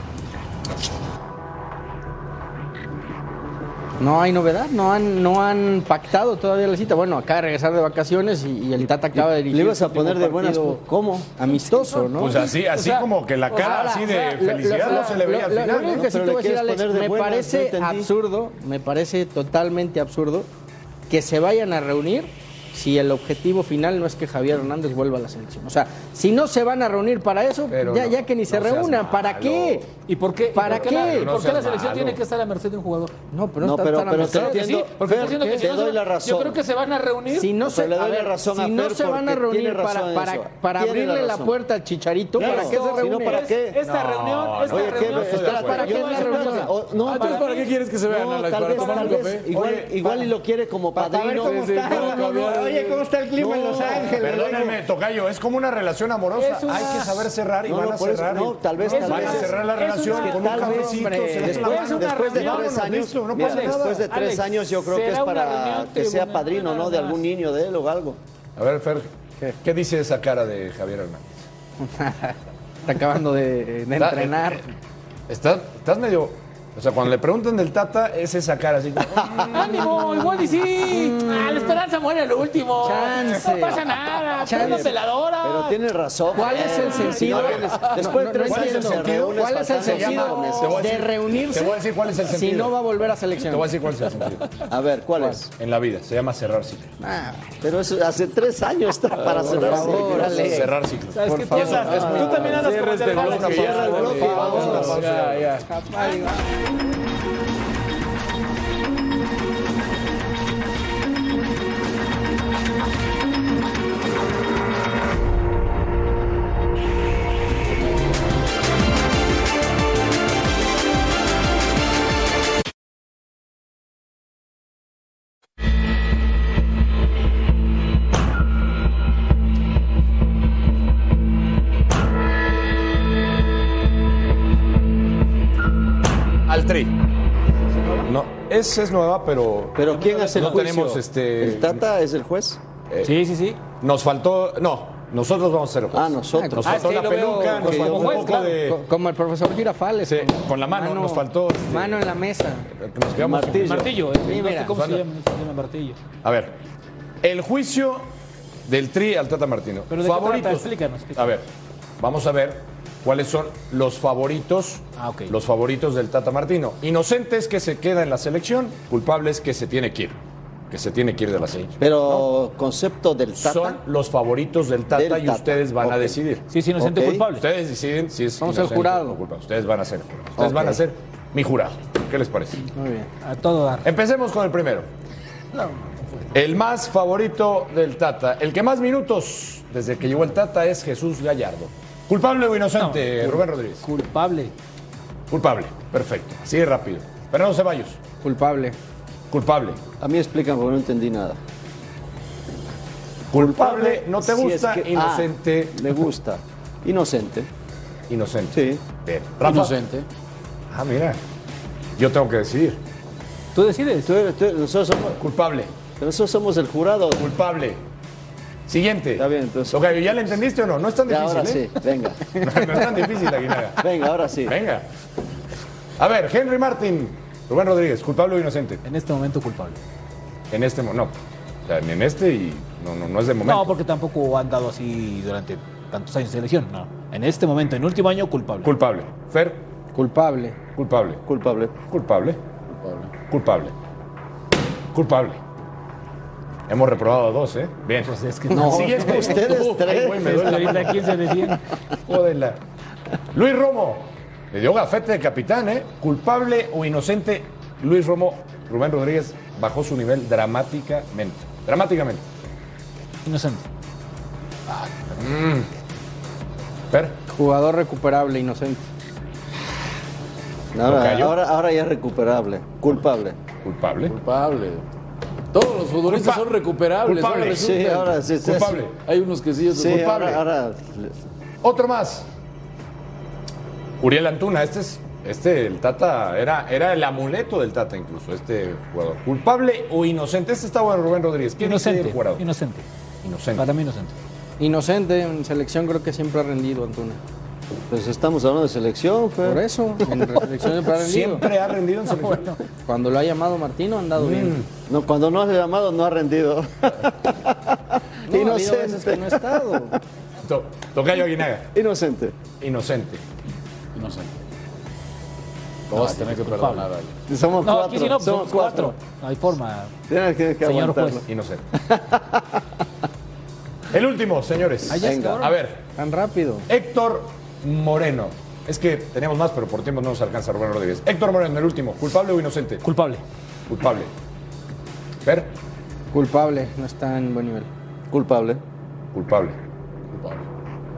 [SPEAKER 12] No hay novedad, no han, no han pactado todavía la cita. Bueno, acaba de regresar de vacaciones y, y el Tata acaba de dirigir.
[SPEAKER 13] Le ibas
[SPEAKER 12] su
[SPEAKER 13] a poner
[SPEAKER 12] último
[SPEAKER 13] de buenas,
[SPEAKER 12] partido
[SPEAKER 13] ¿cómo?
[SPEAKER 12] Amistoso, ¿no?
[SPEAKER 10] Pues así- así como que la cara así de felicidad no se le veía al
[SPEAKER 12] lo- lo
[SPEAKER 10] final,
[SPEAKER 12] único
[SPEAKER 10] ¿no?
[SPEAKER 12] que sí
[SPEAKER 10] Pero
[SPEAKER 12] te
[SPEAKER 10] le
[SPEAKER 12] voy a decir,
[SPEAKER 10] quieres
[SPEAKER 12] Alex,
[SPEAKER 10] poner de
[SPEAKER 12] me
[SPEAKER 10] buenas, no
[SPEAKER 12] parece
[SPEAKER 10] entendí.
[SPEAKER 12] absurdo, me parece totalmente absurdo que se vayan a reunir si el objetivo final no es que Javier Hernández vuelva a la selección. O sea, si no se van a reunir para eso, ya,
[SPEAKER 11] no,
[SPEAKER 12] ya que ni se
[SPEAKER 11] no seas
[SPEAKER 12] reúnan, ¿para
[SPEAKER 11] malo.
[SPEAKER 12] qué?
[SPEAKER 11] ¿Y por qué?
[SPEAKER 12] ¿Para
[SPEAKER 11] ¿Y por qué la-
[SPEAKER 12] qué?
[SPEAKER 11] ¿Y por qué la selección tiene que estar a merced de un jugador?
[SPEAKER 12] No, pero no,
[SPEAKER 13] No,
[SPEAKER 12] está
[SPEAKER 13] pero-
[SPEAKER 12] tan a
[SPEAKER 13] pero
[SPEAKER 12] merced.
[SPEAKER 13] te entiendo,
[SPEAKER 11] porque está
[SPEAKER 13] Fer,
[SPEAKER 11] diciendo que
[SPEAKER 13] te
[SPEAKER 11] si no se-
[SPEAKER 13] doy la razón.
[SPEAKER 11] Yo creo que se van a reunir.
[SPEAKER 12] Si no
[SPEAKER 13] le
[SPEAKER 12] se,
[SPEAKER 13] doy
[SPEAKER 12] a
[SPEAKER 13] la
[SPEAKER 12] ver,
[SPEAKER 13] razón a
[SPEAKER 12] si no
[SPEAKER 13] Fer
[SPEAKER 12] se van a
[SPEAKER 13] porque
[SPEAKER 12] reunir
[SPEAKER 13] tiene razón
[SPEAKER 12] para,
[SPEAKER 13] en
[SPEAKER 12] para,
[SPEAKER 13] eso.
[SPEAKER 12] para
[SPEAKER 13] Tiene
[SPEAKER 12] abrirle
[SPEAKER 13] la
[SPEAKER 12] la
[SPEAKER 13] razón.
[SPEAKER 12] puerto al chicharito,
[SPEAKER 13] Claro.
[SPEAKER 12] ¿para qué se
[SPEAKER 13] Si no,
[SPEAKER 12] reúne?
[SPEAKER 13] ¿para qué? Esta
[SPEAKER 12] reunión, esta
[SPEAKER 13] Oye, ¿qué?
[SPEAKER 12] reunión,
[SPEAKER 13] Estoy de
[SPEAKER 12] ¿para
[SPEAKER 13] acuerdo.
[SPEAKER 12] qué
[SPEAKER 13] Yo
[SPEAKER 12] es
[SPEAKER 13] estoy
[SPEAKER 12] la
[SPEAKER 13] de
[SPEAKER 12] reunión?
[SPEAKER 13] acuerdo. O- no,
[SPEAKER 12] Ah, entonces, ¿para qué quieres que se vean,
[SPEAKER 13] No, tal
[SPEAKER 12] Alex? ¿Para
[SPEAKER 13] vez,
[SPEAKER 12] tomar
[SPEAKER 13] tal
[SPEAKER 12] un
[SPEAKER 13] vez.
[SPEAKER 12] café?
[SPEAKER 13] Igual,
[SPEAKER 12] Oye,
[SPEAKER 13] igual
[SPEAKER 12] para-
[SPEAKER 13] y lo quiere como
[SPEAKER 12] para
[SPEAKER 13] padrino.
[SPEAKER 12] ver cómo
[SPEAKER 13] Sí, sí,
[SPEAKER 12] está,
[SPEAKER 13] para
[SPEAKER 12] no, no,
[SPEAKER 13] cambiar-
[SPEAKER 12] no. Oye, ¿cómo está el clima en Los Ángeles?
[SPEAKER 10] Perdóneme, Tocayo, es como una relación amorosa.
[SPEAKER 12] Es una-
[SPEAKER 10] Hay que saber cerrar y
[SPEAKER 13] No,
[SPEAKER 10] van
[SPEAKER 13] no,
[SPEAKER 10] a
[SPEAKER 13] por eso-
[SPEAKER 10] cerrar.
[SPEAKER 13] no, tal vez-
[SPEAKER 10] van
[SPEAKER 13] tal
[SPEAKER 10] a
[SPEAKER 13] vez-
[SPEAKER 10] cerrar la
[SPEAKER 13] es
[SPEAKER 10] relación
[SPEAKER 13] una-
[SPEAKER 10] con un
[SPEAKER 13] tal vez,
[SPEAKER 10] cafecito.
[SPEAKER 13] hombre,
[SPEAKER 10] se dan la
[SPEAKER 13] después-
[SPEAKER 10] mano.
[SPEAKER 13] después de tres años-
[SPEAKER 10] listo, no
[SPEAKER 13] mira,
[SPEAKER 10] pasa nada.
[SPEAKER 13] después de tres
[SPEAKER 10] Alex,
[SPEAKER 13] años yo creo que
[SPEAKER 10] será
[SPEAKER 13] es
[SPEAKER 10] una
[SPEAKER 13] para
[SPEAKER 10] reunión
[SPEAKER 13] que sea
[SPEAKER 10] tribunal,
[SPEAKER 13] padrino, ¿no? De algún niño de él o algo.
[SPEAKER 10] A ver, Fer, ¿qué? dice esa cara de Javier Hernández?
[SPEAKER 12] Está acabando de, de entrenar.
[SPEAKER 10] Estás, estás medio. O sea, cuando le preguntan del Tata, es esa cara así. como,
[SPEAKER 11] ¡Ánimo! Igual y sí. Ah, la esperanza muere a lo último.
[SPEAKER 13] Chance.
[SPEAKER 11] No pasa nada.
[SPEAKER 13] Chance.
[SPEAKER 11] Chance. peladora.
[SPEAKER 13] Pero tiene razón.
[SPEAKER 12] ¿Cuál es el sentido?
[SPEAKER 13] No, Después de
[SPEAKER 12] No, no,
[SPEAKER 13] tres
[SPEAKER 12] no
[SPEAKER 13] años
[SPEAKER 12] entiendo.
[SPEAKER 13] se reúnen
[SPEAKER 12] ¿Cuál es el
[SPEAKER 13] faltando-
[SPEAKER 12] sentido
[SPEAKER 13] Te voy a
[SPEAKER 12] de
[SPEAKER 13] decir-
[SPEAKER 12] reunirse?
[SPEAKER 13] te voy a decir cuál es el
[SPEAKER 12] Si
[SPEAKER 13] sentido.
[SPEAKER 12] no va a volver a selección.
[SPEAKER 10] Te voy a decir cuál es el sentido.
[SPEAKER 13] A ver, ¿cuál, es? Ah,
[SPEAKER 10] En la vida, se llama cerrar ciclos.
[SPEAKER 13] Pero eso hace tres años está para
[SPEAKER 10] Por
[SPEAKER 13] cerrar
[SPEAKER 10] favor,
[SPEAKER 13] ciclos.
[SPEAKER 10] Alex. Cerrar ciclos.
[SPEAKER 13] ¿Sabes
[SPEAKER 10] Por
[SPEAKER 13] qué
[SPEAKER 10] favor.
[SPEAKER 13] piensas?
[SPEAKER 10] Es muy-
[SPEAKER 13] Tú también andas
[SPEAKER 10] Cierres
[SPEAKER 13] con el
[SPEAKER 10] de
[SPEAKER 13] Alex.
[SPEAKER 10] bloque,
[SPEAKER 13] Cierra
[SPEAKER 10] ya,
[SPEAKER 13] el bloque,
[SPEAKER 10] por
[SPEAKER 13] vamos a una
[SPEAKER 10] favor.
[SPEAKER 13] pausa.
[SPEAKER 10] Ya, ya. Al tri. No, esa es nueva, pero.
[SPEAKER 13] Pero ¿quién hace el
[SPEAKER 10] no
[SPEAKER 13] juicio?
[SPEAKER 10] tenemos este.
[SPEAKER 13] ¿El Tata es el juez?
[SPEAKER 10] sí, sí, sí. Nos faltó. No. Nosotros vamos a hacerlo. Ah,
[SPEAKER 13] nosotros.
[SPEAKER 10] Nos
[SPEAKER 12] Ah,
[SPEAKER 10] faltó
[SPEAKER 12] sí,
[SPEAKER 10] la
[SPEAKER 12] lo veo
[SPEAKER 10] peluca, nos
[SPEAKER 12] como
[SPEAKER 10] faltó un
[SPEAKER 12] juez,
[SPEAKER 10] poco
[SPEAKER 12] claro.
[SPEAKER 10] de.
[SPEAKER 12] Co- Como el profesor Girafales. con,
[SPEAKER 10] la mano,
[SPEAKER 13] Ah,
[SPEAKER 10] nos faltó, este,
[SPEAKER 12] Mano en la mesa.
[SPEAKER 10] nos quedamos-
[SPEAKER 11] Martillo. Martillo. eh.
[SPEAKER 12] Sí,
[SPEAKER 11] no
[SPEAKER 12] mira.
[SPEAKER 11] sé cómo se
[SPEAKER 10] Suena.
[SPEAKER 11] llama. Se llama martillo.
[SPEAKER 10] A ver, el juicio del Tri al Tata Martino.
[SPEAKER 11] ¿Pero de qué
[SPEAKER 10] Favoritos.
[SPEAKER 11] trata? Explícanos, explícanos.
[SPEAKER 10] A ver, vamos a ver cuáles son los favoritos,
[SPEAKER 11] Ah,
[SPEAKER 10] los favoritos del Tata Martino. Inocentes que se queda en la selección, culpables que se tiene que ir, que se tiene que ir de la
[SPEAKER 12] Ah,
[SPEAKER 10] selección.
[SPEAKER 13] Pero concepto del Tata.
[SPEAKER 10] Son los favoritos del Tata
[SPEAKER 13] Del
[SPEAKER 10] y
[SPEAKER 13] Tata.
[SPEAKER 10] ustedes van a
[SPEAKER 13] Ok.
[SPEAKER 10] decidir.
[SPEAKER 13] Si es inocente o Ok. culpable.
[SPEAKER 10] Ustedes deciden si es
[SPEAKER 13] Vamos al
[SPEAKER 10] inocente
[SPEAKER 13] jurado.
[SPEAKER 10] o culpable. Ustedes van a ser jurado. Ustedes
[SPEAKER 13] Ok.
[SPEAKER 10] van a ser mi jurado. ¿Qué les parece?
[SPEAKER 12] Muy bien.
[SPEAKER 11] A todo dar.
[SPEAKER 10] Empecemos con el primero. El más favorito del Tata, el que más minutos desde que llegó el Tata es Jesús Gallardo. ¿Culpable o inocente,
[SPEAKER 11] No,
[SPEAKER 10] Rubén Rodríguez?
[SPEAKER 11] Culpable.
[SPEAKER 10] Culpable, perfecto. Así de rápido. Fernando Ceballos.
[SPEAKER 12] Culpable.
[SPEAKER 10] Culpable.
[SPEAKER 13] A mí explican porque no entendí nada.
[SPEAKER 10] Culpable, no te
[SPEAKER 13] Si es
[SPEAKER 10] gusta,
[SPEAKER 13] que-
[SPEAKER 10] inocente.
[SPEAKER 13] Ah, me gusta. Inocente.
[SPEAKER 10] Inocente.
[SPEAKER 13] Sí.
[SPEAKER 10] Bien. Rafa. Ah, mira. Yo tengo que decidir.
[SPEAKER 11] Tú decides.
[SPEAKER 13] nosotros somos.
[SPEAKER 10] Culpable.
[SPEAKER 13] Nosotros somos el jurado.
[SPEAKER 10] Culpable. Siguiente.
[SPEAKER 13] Está bien, entonces.
[SPEAKER 10] Ok, ¿ya le entendiste o no? No es tan
[SPEAKER 13] Ya,
[SPEAKER 10] difícil,
[SPEAKER 13] ahora
[SPEAKER 10] ¿eh?
[SPEAKER 13] sí, venga.
[SPEAKER 10] No, no es tan difícil, Aguinaga.
[SPEAKER 13] Venga, ahora sí.
[SPEAKER 10] Venga. A ver, Henry Martin, Rubén Rodríguez, ¿culpable o inocente?
[SPEAKER 11] En este momento culpable.
[SPEAKER 10] En este momento, no. O sea, ni en este y no, no, no es de momento.
[SPEAKER 11] No, porque tampoco han dado así durante tantos años de elección. No. En este momento, en último año, culpable.
[SPEAKER 10] Culpable. Fer.
[SPEAKER 12] Culpable.
[SPEAKER 10] Culpable.
[SPEAKER 13] Culpable.
[SPEAKER 10] Culpable. Culpable. Culpable. Hemos reprobado a dos, ¿eh? Bien. Pues
[SPEAKER 11] es que
[SPEAKER 13] no. Siguiente. Ustedes tres.
[SPEAKER 11] Ahorita, ¿quién se decía?
[SPEAKER 10] Jódela. Luis Romo. Le dio gafete de capitán, ¿eh? Culpable o inocente, Luis Romo, Rubén Rodríguez bajó su nivel dramáticamente. Dramáticamente.
[SPEAKER 11] Inocente.
[SPEAKER 10] Mm.
[SPEAKER 12] Jugador recuperable, inocente.
[SPEAKER 13] Ahora,
[SPEAKER 12] ¿No cayó?
[SPEAKER 13] ahora, ahora ya es recuperable. Culpable.
[SPEAKER 10] Culpable.
[SPEAKER 14] Culpable. Todos los futbolistas
[SPEAKER 13] Culpa-
[SPEAKER 14] son recuperables.
[SPEAKER 13] culpable.
[SPEAKER 14] ahora resulta.
[SPEAKER 13] Sí, ahora sí, sí.
[SPEAKER 14] Culpable. Hay unos que sí, otros
[SPEAKER 13] Sí,
[SPEAKER 14] culpable.
[SPEAKER 13] ahora, ahora-
[SPEAKER 10] Otro más. Uriel Antuna, este es. Este, el Tata, era, era el amuleto del Tata incluso, este jugador. ¿Culpable o inocente? Este está bueno, Rubén Rodríguez. ¿Quién es el
[SPEAKER 12] Inocente,
[SPEAKER 10] jugador?
[SPEAKER 11] Inocente.
[SPEAKER 10] Inocente.
[SPEAKER 11] Para mí, inocente.
[SPEAKER 12] Inocente, en selección creo que siempre ha rendido Antuna.
[SPEAKER 13] Pues estamos hablando de selección, Fer.
[SPEAKER 12] Por eso, en selección siempre ha rendido.
[SPEAKER 13] Siempre
[SPEAKER 10] ha rendido en
[SPEAKER 12] selección. Cuando lo ha llamado Martino, han dado bien.
[SPEAKER 13] No, cuando no has llamado, no ha rendido.
[SPEAKER 12] No, ha habido
[SPEAKER 13] Inocente.
[SPEAKER 12] veces que no ha estado.
[SPEAKER 10] To- Tocayo Aguinaga.
[SPEAKER 13] Inocente.
[SPEAKER 10] Inocente.
[SPEAKER 14] Inocente. Todos
[SPEAKER 11] No,
[SPEAKER 14] tienen que
[SPEAKER 11] culpable.
[SPEAKER 14] perdonar a
[SPEAKER 13] Somos
[SPEAKER 11] no,
[SPEAKER 13] cuatro.
[SPEAKER 11] aquí sí no, pues,
[SPEAKER 13] somos cuatro.
[SPEAKER 11] No hay forma.
[SPEAKER 13] Tienes que, que
[SPEAKER 11] Señor
[SPEAKER 13] aguantarlo.
[SPEAKER 11] juez.
[SPEAKER 10] Inocente. El último, señores.
[SPEAKER 13] Ay, ya está Venga. ahora.
[SPEAKER 10] A ver.
[SPEAKER 12] Tan rápido.
[SPEAKER 10] Héctor Moreno. Es que tenemos más, pero por tiempo no nos alcanza Rubén Rodríguez. Héctor Moreno, el último. ¿Culpable o inocente?
[SPEAKER 11] Culpable.
[SPEAKER 10] Culpable. Ver.
[SPEAKER 12] Culpable, no está en buen nivel.
[SPEAKER 13] Culpable.
[SPEAKER 10] Culpable. Culpable.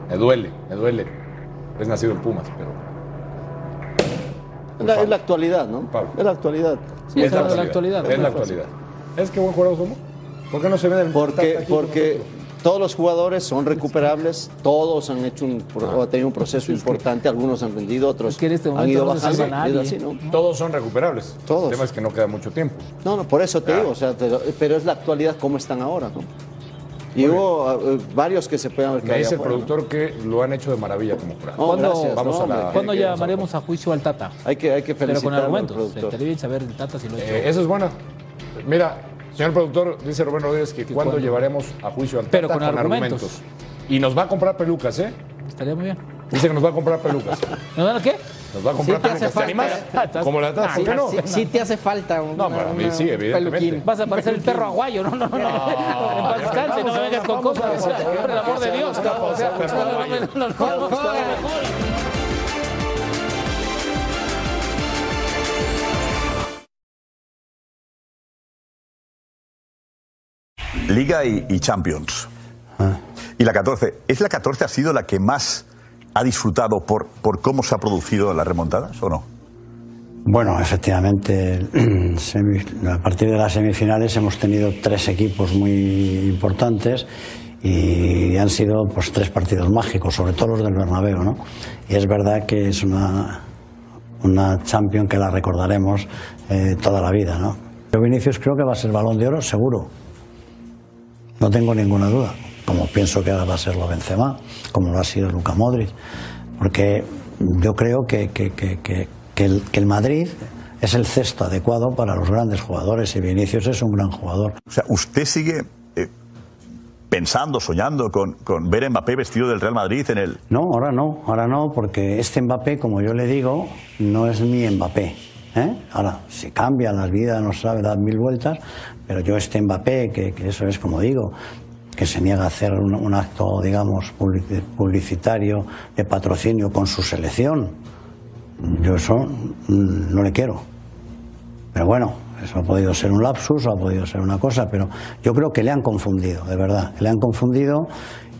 [SPEAKER 10] Me duele, me duele. Es nacido en Pumas, pero.
[SPEAKER 13] Es la, es la actualidad, ¿no? Es la actualidad.
[SPEAKER 10] es la actualidad. Es la actualidad. Es que buen jugador somos. ¿Por qué no se ve el
[SPEAKER 13] Porque,
[SPEAKER 10] Tata aquí
[SPEAKER 13] porque todos los jugadores son recuperables, todos han hecho un, pro-
[SPEAKER 10] Ah.
[SPEAKER 13] han tenido un proceso importante, algunos han vendido, otros
[SPEAKER 11] este
[SPEAKER 13] han ido bajando. y así, ¿no?
[SPEAKER 10] Todos son recuperables. Todos. El tema es que no queda mucho tiempo.
[SPEAKER 13] No, no, por eso te
[SPEAKER 10] Ah.
[SPEAKER 13] digo, o sea, pero, pero es la actualidad como están ahora, ¿no? Y hubo eh, varios que se pueden haber
[SPEAKER 10] Me
[SPEAKER 13] caído.
[SPEAKER 10] dice el productor que lo han hecho de maravilla como jurado.
[SPEAKER 13] No,
[SPEAKER 11] ¿Cuándo,
[SPEAKER 13] Oh, gracias,
[SPEAKER 11] ¿cuándo,
[SPEAKER 13] no, hombre,
[SPEAKER 11] ¿cuándo
[SPEAKER 13] que- que nos
[SPEAKER 11] llamaremos a juicio al Tata?
[SPEAKER 13] Hay que, hay que
[SPEAKER 11] Pero con
[SPEAKER 13] felicitarlo al
[SPEAKER 11] argumentos.
[SPEAKER 13] productor.
[SPEAKER 11] Estaría bien saber el Tata si lo ha hecho.
[SPEAKER 10] Eh, eso es bueno. Mira, señor productor, dice Rubén Rodríguez que cuando
[SPEAKER 11] cuándo?
[SPEAKER 10] llevaremos a juicio al
[SPEAKER 11] Pero
[SPEAKER 10] Tata
[SPEAKER 11] con argumentos.
[SPEAKER 10] Y nos va a comprar pelucas, ¿eh?
[SPEAKER 11] Estaría muy bien.
[SPEAKER 10] Dice que nos va a comprar pelucas.
[SPEAKER 11] ¿No dan qué?
[SPEAKER 10] Nos va a comprar
[SPEAKER 12] te hace
[SPEAKER 10] pelucas. ¿Te animas?
[SPEAKER 11] falta.
[SPEAKER 10] Como la Tata,
[SPEAKER 12] Sí,
[SPEAKER 10] ¿por qué no?
[SPEAKER 12] sí, sí te hace falta un
[SPEAKER 10] No, para mí sí, evidentemente.
[SPEAKER 11] Vas a parecer el perro aguayo, no, no, no. En paz descanse, no me vengas con cosas. o sea, Por el amor de Dios. no, o sea, no, no, no, no, no.
[SPEAKER 19] Liga y, y Champions. Y la 14. ¿Es la 14 ha sido la que más ha disfrutado por, por cómo se ha producido las remontadas o no?
[SPEAKER 20] Bueno, efectivamente, semi- a partir de las semifinales hemos tenido tres equipos muy importantes y han sido pues tres partidos mágicos, sobre todo los del Bernabéu, ¿no? Y es verdad que es una una Champions que la recordaremos eh, toda la vida, ¿no? Yo Vinicius creo que va a ser Balón de Oro seguro. No tengo ninguna duda, como pienso que ahora va a serlo Benzema, como lo ha sido Luca Modric, porque yo creo que, que- que- que- que el, que el Madrid es el cesto adecuado para los grandes jugadores y Vinicius es un gran jugador.
[SPEAKER 19] O sea, usted sigue eh, pensando, soñando con, con ver a Mbappé vestido del Real Madrid en el...
[SPEAKER 20] No, ahora no, ahora no, porque este Mbappé, como yo le digo, no es mi Mbappé. ¿eh? Ahora, se cambian las vidas, no sabe, dar mil vueltas, pero yo este Mbappé, que, que eso es como digo, que se niega a hacer un, un acto, digamos, publici- publicitario de patrocinio con su selección, yo eso mm, no le quiero. Pero bueno, eso ha podido ser un lapsus, ha podido ser una cosa, pero yo creo que le han confundido, de verdad, que le han confundido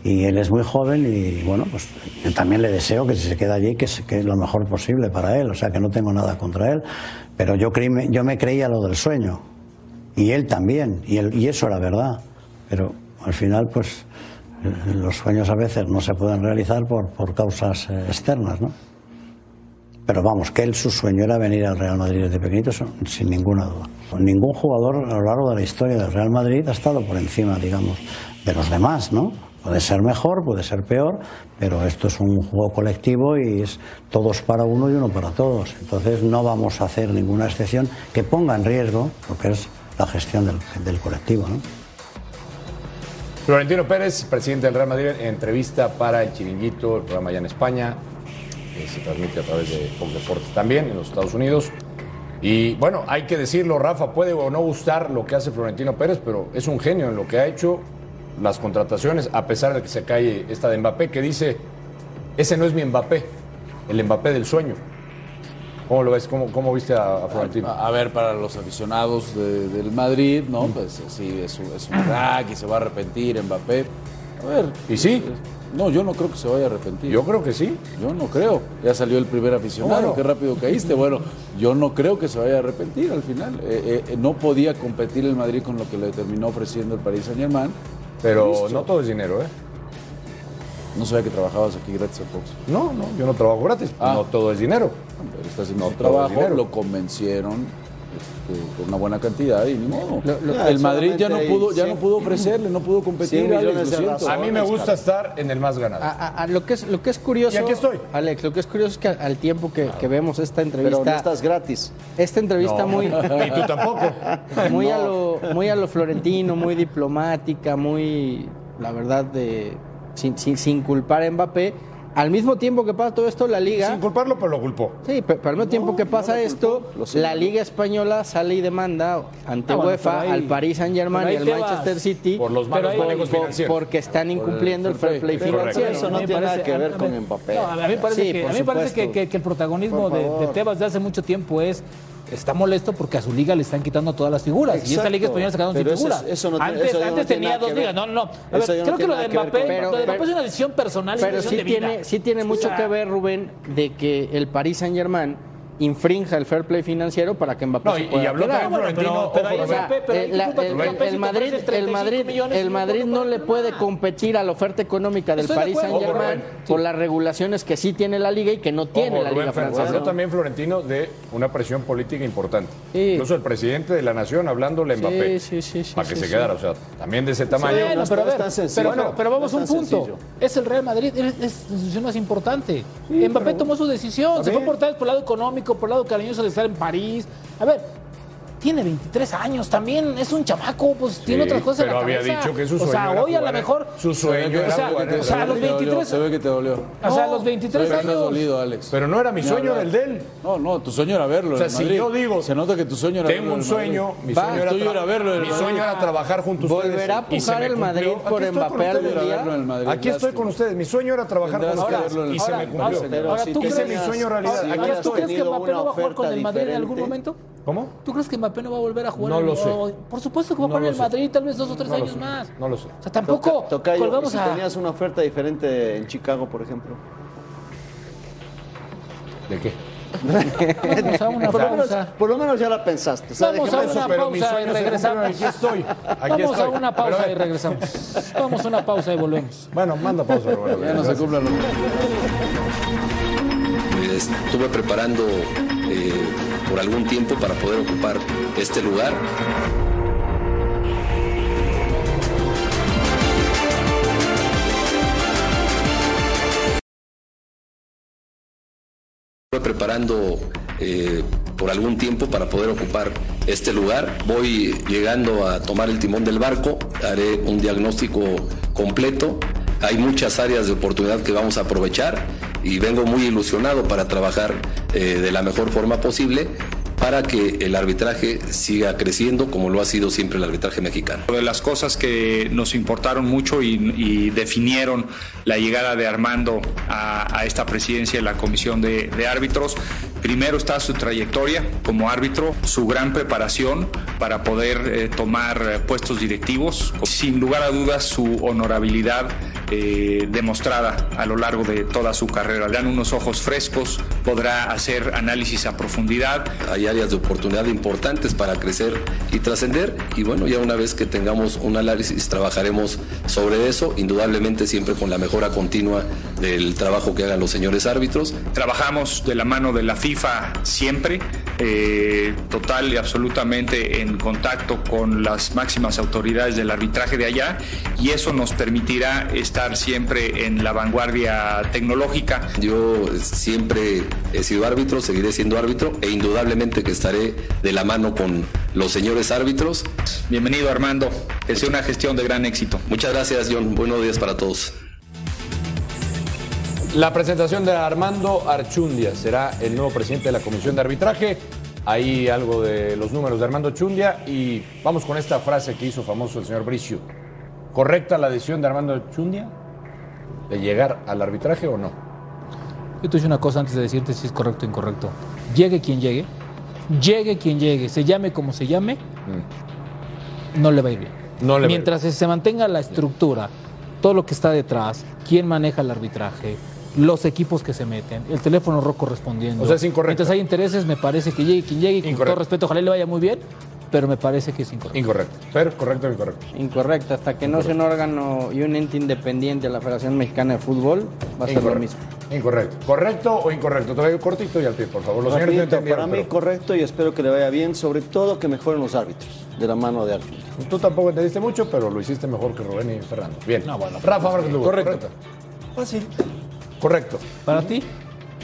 [SPEAKER 20] y él es muy joven y bueno, pues yo también le deseo que si se queda allí, que, se- que es lo mejor posible para él, o sea que no tengo nada contra él, pero yo, creí, yo me creía lo del sueño y él también, y, él- y eso era verdad, pero al final pues eh, los sueños a veces no se pueden realizar por, por causas eh, externas, ¿no? Pero vamos, que él su sueño era venir al Real Madrid desde pequeñito, eso, sin ninguna duda. Ningún jugador a lo largo de la historia del Real Madrid ha estado por encima, digamos, de los demás, ¿no? Puede ser mejor, puede ser peor, pero esto es un juego colectivo y es todos para uno y uno para todos. Entonces no vamos a hacer ninguna excepción que ponga en riesgo lo que es la gestión del, del colectivo, ¿no?
[SPEAKER 10] Florentino Pérez, presidente del Real Madrid, en entrevista para el Chiringuito, el programa ya en España, que se transmite a través de Fox Deportes también en los Estados Unidos. Y bueno, hay que decirlo, Rafa, puede o no gustar lo que hace Florentino Pérez, pero es un genio en lo que ha hecho las contrataciones, a pesar de que se cae esta de Mbappé, que dice, ese no es mi Mbappé, el Mbappé del sueño. ¿Cómo lo ves? ¿Cómo, cómo viste a, a Florentino?
[SPEAKER 14] A ver, para los aficionados de- del Madrid, ¿no? Pues sí, es un, es un crack y se va a arrepentir Mbappé. A ver. pues,
[SPEAKER 10] ¿Y sí?
[SPEAKER 14] No, yo no creo que se vaya a arrepentir.
[SPEAKER 10] Yo creo que sí.
[SPEAKER 14] Yo no creo. Ya salió el primer aficionado,
[SPEAKER 10] Claro.
[SPEAKER 14] qué rápido caíste. Bueno, yo no creo que se vaya a arrepentir al final. Eh, eh, no podía competir el Madrid con lo que le terminó ofreciendo el Paris Saint Germain.
[SPEAKER 10] Pero no todo es dinero, ¿eh?
[SPEAKER 14] No sabía que trabajabas aquí gratis a Fox. Ah.
[SPEAKER 10] No, no, yo no trabajo gratis. No todo es dinero.
[SPEAKER 14] Pero está haciendo
[SPEAKER 10] No
[SPEAKER 14] su
[SPEAKER 10] todo
[SPEAKER 14] trabajo,
[SPEAKER 10] dinero.
[SPEAKER 14] lo convencieron este, con una buena cantidad y ni modo.
[SPEAKER 10] lo-
[SPEAKER 14] Ya, el Madrid ya no
[SPEAKER 10] solamente
[SPEAKER 14] pudo, ya
[SPEAKER 10] hay
[SPEAKER 14] no pudo ofrecerle, no pudo competir. Alex, lo siento.
[SPEAKER 10] A mí
[SPEAKER 12] Ah,
[SPEAKER 10] me gusta estar en el más ganado.
[SPEAKER 12] A- a- a lo, que es, lo que es curioso.
[SPEAKER 10] Y aquí estoy.
[SPEAKER 12] Alex, lo que es curioso es que al, al tiempo que, que vemos esta entrevista.
[SPEAKER 13] Pero no estás gratis.
[SPEAKER 12] Esta entrevista
[SPEAKER 13] No.
[SPEAKER 12] muy.
[SPEAKER 13] Y tú tampoco.
[SPEAKER 12] Muy, a
[SPEAKER 13] No.
[SPEAKER 12] lo, muy a lo florentino, muy diplomática, muy. La verdad, de. Sin, sin, sin culpar a Mbappé. Al mismo tiempo que pasa todo esto, la liga. Sin
[SPEAKER 10] culparlo, pero lo culpó.
[SPEAKER 12] Sí, pe- pero al mismo tiempo que pasa esto,
[SPEAKER 13] lo sé.
[SPEAKER 12] la liga española sale y demanda ante
[SPEAKER 13] Ah, bueno,
[SPEAKER 12] UEFA,
[SPEAKER 13] pero ahí-
[SPEAKER 12] al Paris Saint Germain
[SPEAKER 13] pero
[SPEAKER 12] y
[SPEAKER 13] ahí
[SPEAKER 12] al
[SPEAKER 13] te vas.
[SPEAKER 12] Manchester City.
[SPEAKER 13] Por los malos
[SPEAKER 12] pero ahí-
[SPEAKER 13] manejos
[SPEAKER 12] por-
[SPEAKER 13] financieros.
[SPEAKER 12] Porque están incumpliendo el fair play
[SPEAKER 13] Pero
[SPEAKER 12] financiero.
[SPEAKER 13] eso no
[SPEAKER 12] Me
[SPEAKER 13] tiene nada
[SPEAKER 12] parece-
[SPEAKER 13] que
[SPEAKER 12] a-
[SPEAKER 13] ver
[SPEAKER 12] a
[SPEAKER 13] con
[SPEAKER 12] mí-
[SPEAKER 13] Mbappé.
[SPEAKER 12] no,
[SPEAKER 11] a mí me parece,
[SPEAKER 12] Sí,
[SPEAKER 11] que, a
[SPEAKER 12] por
[SPEAKER 11] mí me parece
[SPEAKER 12] supuesto.
[SPEAKER 11] que, que- que el protagonismo
[SPEAKER 12] Por
[SPEAKER 11] de, de
[SPEAKER 12] favor.
[SPEAKER 11] Tebas de hace mucho tiempo es está molesto porque a su liga le están quitando todas las figuras y esta
[SPEAKER 13] Exacto.
[SPEAKER 11] liga española se quedaron sin
[SPEAKER 13] Pero eso
[SPEAKER 11] figuras.
[SPEAKER 13] es- eso no tiene-
[SPEAKER 11] antes
[SPEAKER 13] eso ya no
[SPEAKER 11] antes
[SPEAKER 13] tiene
[SPEAKER 11] tenía
[SPEAKER 13] nada
[SPEAKER 11] dos
[SPEAKER 13] que ver.
[SPEAKER 11] ligas. No, no, no. A ver,
[SPEAKER 13] Eso ya no
[SPEAKER 11] creo que
[SPEAKER 13] tiene
[SPEAKER 11] lo
[SPEAKER 13] nada
[SPEAKER 11] de
[SPEAKER 13] que ver
[SPEAKER 11] Mbappé,
[SPEAKER 13] con
[SPEAKER 11] lo de
[SPEAKER 13] Mbappé.
[SPEAKER 11] Mbappé es una decisión personal y una
[SPEAKER 12] Pero
[SPEAKER 11] decisión de
[SPEAKER 12] sí
[SPEAKER 11] vida.
[SPEAKER 12] tiene, sí tiene mucho que ver, Rubén, de que el Paris Saint Germain infrinja el fair play financiero para que Mbappé
[SPEAKER 10] No,
[SPEAKER 12] se
[SPEAKER 10] y-
[SPEAKER 12] pueda
[SPEAKER 10] y habló
[SPEAKER 12] quedar.
[SPEAKER 10] también Florentino,
[SPEAKER 12] Bueno, pero-
[SPEAKER 10] ojo,
[SPEAKER 12] pero ahí-
[SPEAKER 10] Rubén.
[SPEAKER 12] pero ahí
[SPEAKER 10] La-
[SPEAKER 12] disculpa,
[SPEAKER 10] el-
[SPEAKER 12] Rubén,
[SPEAKER 10] el Madrid-
[SPEAKER 12] el Madrid, el Madrid, el Madrid no le puede competir a la oferta económica del
[SPEAKER 10] Estoy de
[SPEAKER 12] Paris
[SPEAKER 10] acuerdo.
[SPEAKER 12] Saint Germain
[SPEAKER 10] Ojo, Rubén.
[SPEAKER 12] por las regulaciones que sí tiene la liga y que no tiene
[SPEAKER 10] Ojo,
[SPEAKER 12] la
[SPEAKER 10] Rubén
[SPEAKER 12] liga
[SPEAKER 10] Fernández.
[SPEAKER 12] francesa.
[SPEAKER 10] Habló también Florentino de una presión política importante.
[SPEAKER 12] Sí.
[SPEAKER 10] Incluso el presidente de la nación hablándole a
[SPEAKER 12] Sí,
[SPEAKER 10] Mbappé.
[SPEAKER 12] sí, sí, sí,
[SPEAKER 10] para que
[SPEAKER 12] sí,
[SPEAKER 10] se
[SPEAKER 12] sí.
[SPEAKER 10] quedara, o sea, también de ese tamaño.
[SPEAKER 11] Bueno, pero, a ver, pero,
[SPEAKER 10] Bueno,
[SPEAKER 11] pero vamos
[SPEAKER 10] no
[SPEAKER 11] a un
[SPEAKER 10] es tan
[SPEAKER 11] punto.
[SPEAKER 10] sencillo.
[SPEAKER 11] Es el Real Madrid, es, es la decisión más importante. Mbappé tomó su decisión, se fue por tal, por el lado económico, por el lado cariñoso de estar en París. A ver, tiene 23 años también, es un chamaco, pues tiene otras cosas
[SPEAKER 10] pero
[SPEAKER 11] en la
[SPEAKER 10] había
[SPEAKER 11] cabeza.
[SPEAKER 10] dicho que su
[SPEAKER 11] O sea,
[SPEAKER 10] sueño era
[SPEAKER 11] hoy a lo
[SPEAKER 10] jugar en-
[SPEAKER 11] mejor...
[SPEAKER 10] su sueño
[SPEAKER 11] o
[SPEAKER 10] era
[SPEAKER 11] sea,
[SPEAKER 10] jugar en el
[SPEAKER 11] o sea, a los
[SPEAKER 10] Real Madrid.
[SPEAKER 11] 23...
[SPEAKER 14] Se ve que te dolió.
[SPEAKER 11] O sea, a los 23
[SPEAKER 14] Se ve que estás
[SPEAKER 11] años.
[SPEAKER 14] dolido, Alex.
[SPEAKER 10] Pero no era mi
[SPEAKER 14] Ni
[SPEAKER 10] sueño
[SPEAKER 14] hablar.
[SPEAKER 10] el de él.
[SPEAKER 14] No, no, tu sueño era verlo.
[SPEAKER 10] O sea,
[SPEAKER 14] en
[SPEAKER 10] si
[SPEAKER 14] Madrid.
[SPEAKER 10] yo digo,
[SPEAKER 14] Se nota que tu sueño era
[SPEAKER 10] Tengo
[SPEAKER 14] verlo
[SPEAKER 10] un
[SPEAKER 14] en
[SPEAKER 10] sueño,
[SPEAKER 14] Madrid.
[SPEAKER 10] mi
[SPEAKER 14] Va,
[SPEAKER 10] sueño, era,
[SPEAKER 14] tuyo
[SPEAKER 10] tra-
[SPEAKER 14] era verlo en
[SPEAKER 10] mi
[SPEAKER 14] Madrid.
[SPEAKER 10] sueño era trabajar juntos
[SPEAKER 12] ¿Volverá a pujar el Madrid por Mbappé algún día?
[SPEAKER 10] Aquí estoy con ustedes. Mi sueño era trabajar con
[SPEAKER 12] Tendrás que
[SPEAKER 10] ustedes
[SPEAKER 12] verlo en
[SPEAKER 10] y
[SPEAKER 12] el
[SPEAKER 10] se me
[SPEAKER 12] Madrid.
[SPEAKER 10] cumplió.
[SPEAKER 12] Ahora, pero Ahora, si ¿tú
[SPEAKER 10] Ese es mi
[SPEAKER 12] crees-
[SPEAKER 10] sueño realidad.
[SPEAKER 12] ahora,
[SPEAKER 10] Aquí
[SPEAKER 12] ¿tú
[SPEAKER 10] estoy.
[SPEAKER 11] ¿Crees que Mbappé no va a jugar con el Madrid en algún momento?
[SPEAKER 10] ¿Cómo?
[SPEAKER 11] ¿Tú crees que Mbappé no va a volver a jugar?
[SPEAKER 10] No
[SPEAKER 11] en-
[SPEAKER 10] lo sé.
[SPEAKER 11] o- Por supuesto que va a
[SPEAKER 10] No
[SPEAKER 11] jugar
[SPEAKER 10] lo
[SPEAKER 11] en el
[SPEAKER 10] sé.
[SPEAKER 11] Madrid tal vez dos o tres
[SPEAKER 10] No lo
[SPEAKER 11] años
[SPEAKER 10] sé.
[SPEAKER 11] más.
[SPEAKER 10] No lo sé.
[SPEAKER 11] O sea, tampoco
[SPEAKER 13] Toca- tocayo,
[SPEAKER 11] colgamos
[SPEAKER 13] si
[SPEAKER 11] a...
[SPEAKER 13] tenías una oferta diferente en Chicago, por ejemplo.
[SPEAKER 10] ¿De qué?
[SPEAKER 11] Vamos a una
[SPEAKER 13] por, lo menos,
[SPEAKER 11] pausa.
[SPEAKER 13] por lo menos ya la pensaste. O sea,
[SPEAKER 11] Vamos
[SPEAKER 13] déjame
[SPEAKER 11] a
[SPEAKER 13] eso.
[SPEAKER 11] una pausa y regresamos. Vamos a una pausa y regresamos. Vamos a una pausa y volvemos.
[SPEAKER 10] Bueno, manda pausa.
[SPEAKER 14] Ya no se cumplan los
[SPEAKER 21] Me estuve preparando eh, por algún tiempo para poder ocupar este lugar. Estuve preparando eh, por algún tiempo para poder ocupar este lugar. Voy llegando a tomar el timón del barco, haré un diagnóstico completo. Hay muchas áreas de oportunidad que vamos a aprovechar y vengo muy ilusionado para trabajar eh, de la mejor forma posible para que el arbitraje siga creciendo como lo ha sido siempre el arbitraje mexicano.
[SPEAKER 17] De las cosas que nos importaron mucho y, y definieron la llegada de Armando a, a esta presidencia de la Comisión de, de Árbitros, primero está su trayectoria como árbitro, su gran preparación para poder eh, tomar eh, puestos directivos, sin lugar a dudas su honorabilidad eh, demostrada a lo largo de toda su carrera. Dan unos ojos frescos, podrá hacer análisis a profundidad.
[SPEAKER 21] Hay áreas de oportunidad importantes para crecer y trascender y bueno, ya una vez que tengamos un análisis trabajaremos sobre eso, indudablemente siempre con la mejora continua del trabajo que hagan los señores árbitros.
[SPEAKER 17] Trabajamos de la mano de la FIFA siempre, eh, total y absolutamente en contacto con las máximas autoridades del arbitraje de allá y eso nos permitirá estar siempre en la vanguardia tecnológica.
[SPEAKER 21] Yo siempre he sido árbitro, seguiré siendo árbitro e indudablemente que estaré de la mano con los señores árbitros.
[SPEAKER 17] Bienvenido Armando, que sea una gestión de gran éxito.
[SPEAKER 21] Muchas gracias John, buenos días para todos.
[SPEAKER 10] La presentación de Armando Archundia será el nuevo presidente de la Comisión de Arbitraje. Ahí algo de los números de Armando Archundia y vamos con esta frase que hizo famoso el señor Bricio. ¿Correcta la decisión de Armando Archundia de llegar al arbitraje o no?
[SPEAKER 11] Yo te hice una cosa antes de decirte si es correcto o incorrecto. Llegue quien llegue, llegue quien llegue, se llame como se llame, no le va a ir bien.
[SPEAKER 10] No le va a ir
[SPEAKER 11] Mientras se mantenga la estructura, todo lo que está detrás, quién maneja el arbitraje, los equipos que se meten, el teléfono rojo correspondiente.
[SPEAKER 10] O sea, es incorrecto.
[SPEAKER 11] Mientras hay intereses, me parece que llegue quien llegue, y con todo respeto, ojalá le vaya muy bien, pero me parece que es incorrecto.
[SPEAKER 10] Incorrecto. Pero correcto o incorrecto.
[SPEAKER 12] Incorrecto, hasta que no sea un órgano y un ente independiente de la Federación Mexicana de Fútbol, va a ser lo
[SPEAKER 10] Incorrecto.
[SPEAKER 12] mismo.
[SPEAKER 10] Incorrecto. ¿Correcto o incorrecto? Te lo digo cortito y al pie, por favor. Los señores no
[SPEAKER 13] Rapidito,
[SPEAKER 10] entendieron,
[SPEAKER 13] para mí
[SPEAKER 10] pero
[SPEAKER 13] correcto y espero que le vaya bien, sobre todo que mejoren los árbitros de la mano de árbitro.
[SPEAKER 10] Tú tampoco entendiste mucho, pero lo hiciste mejor que Rubén y Fernando. Bien. Rafa Márquez Lugo. Correcto.
[SPEAKER 13] Fácil.
[SPEAKER 10] Correcto.
[SPEAKER 11] ¿Para ti?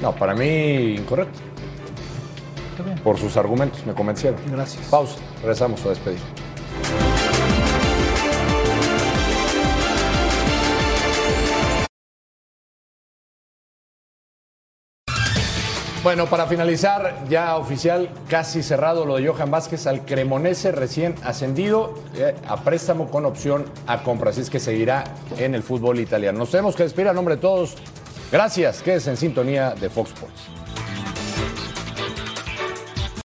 [SPEAKER 10] No, para mí incorrecto.
[SPEAKER 11] bien.
[SPEAKER 10] Por sus argumentos me convencieron.
[SPEAKER 11] Gracias.
[SPEAKER 10] Pausa. Regresamos a despedir. Bueno, para finalizar, ya oficial, casi cerrado lo de Johan Vázquez al Cremonese recién ascendido eh, a préstamo con opción a compra. Así es que seguirá en el fútbol italiano. Nos tenemos que despedir a nombre de todos. Gracias, quédese en sintonía de Fox Sports.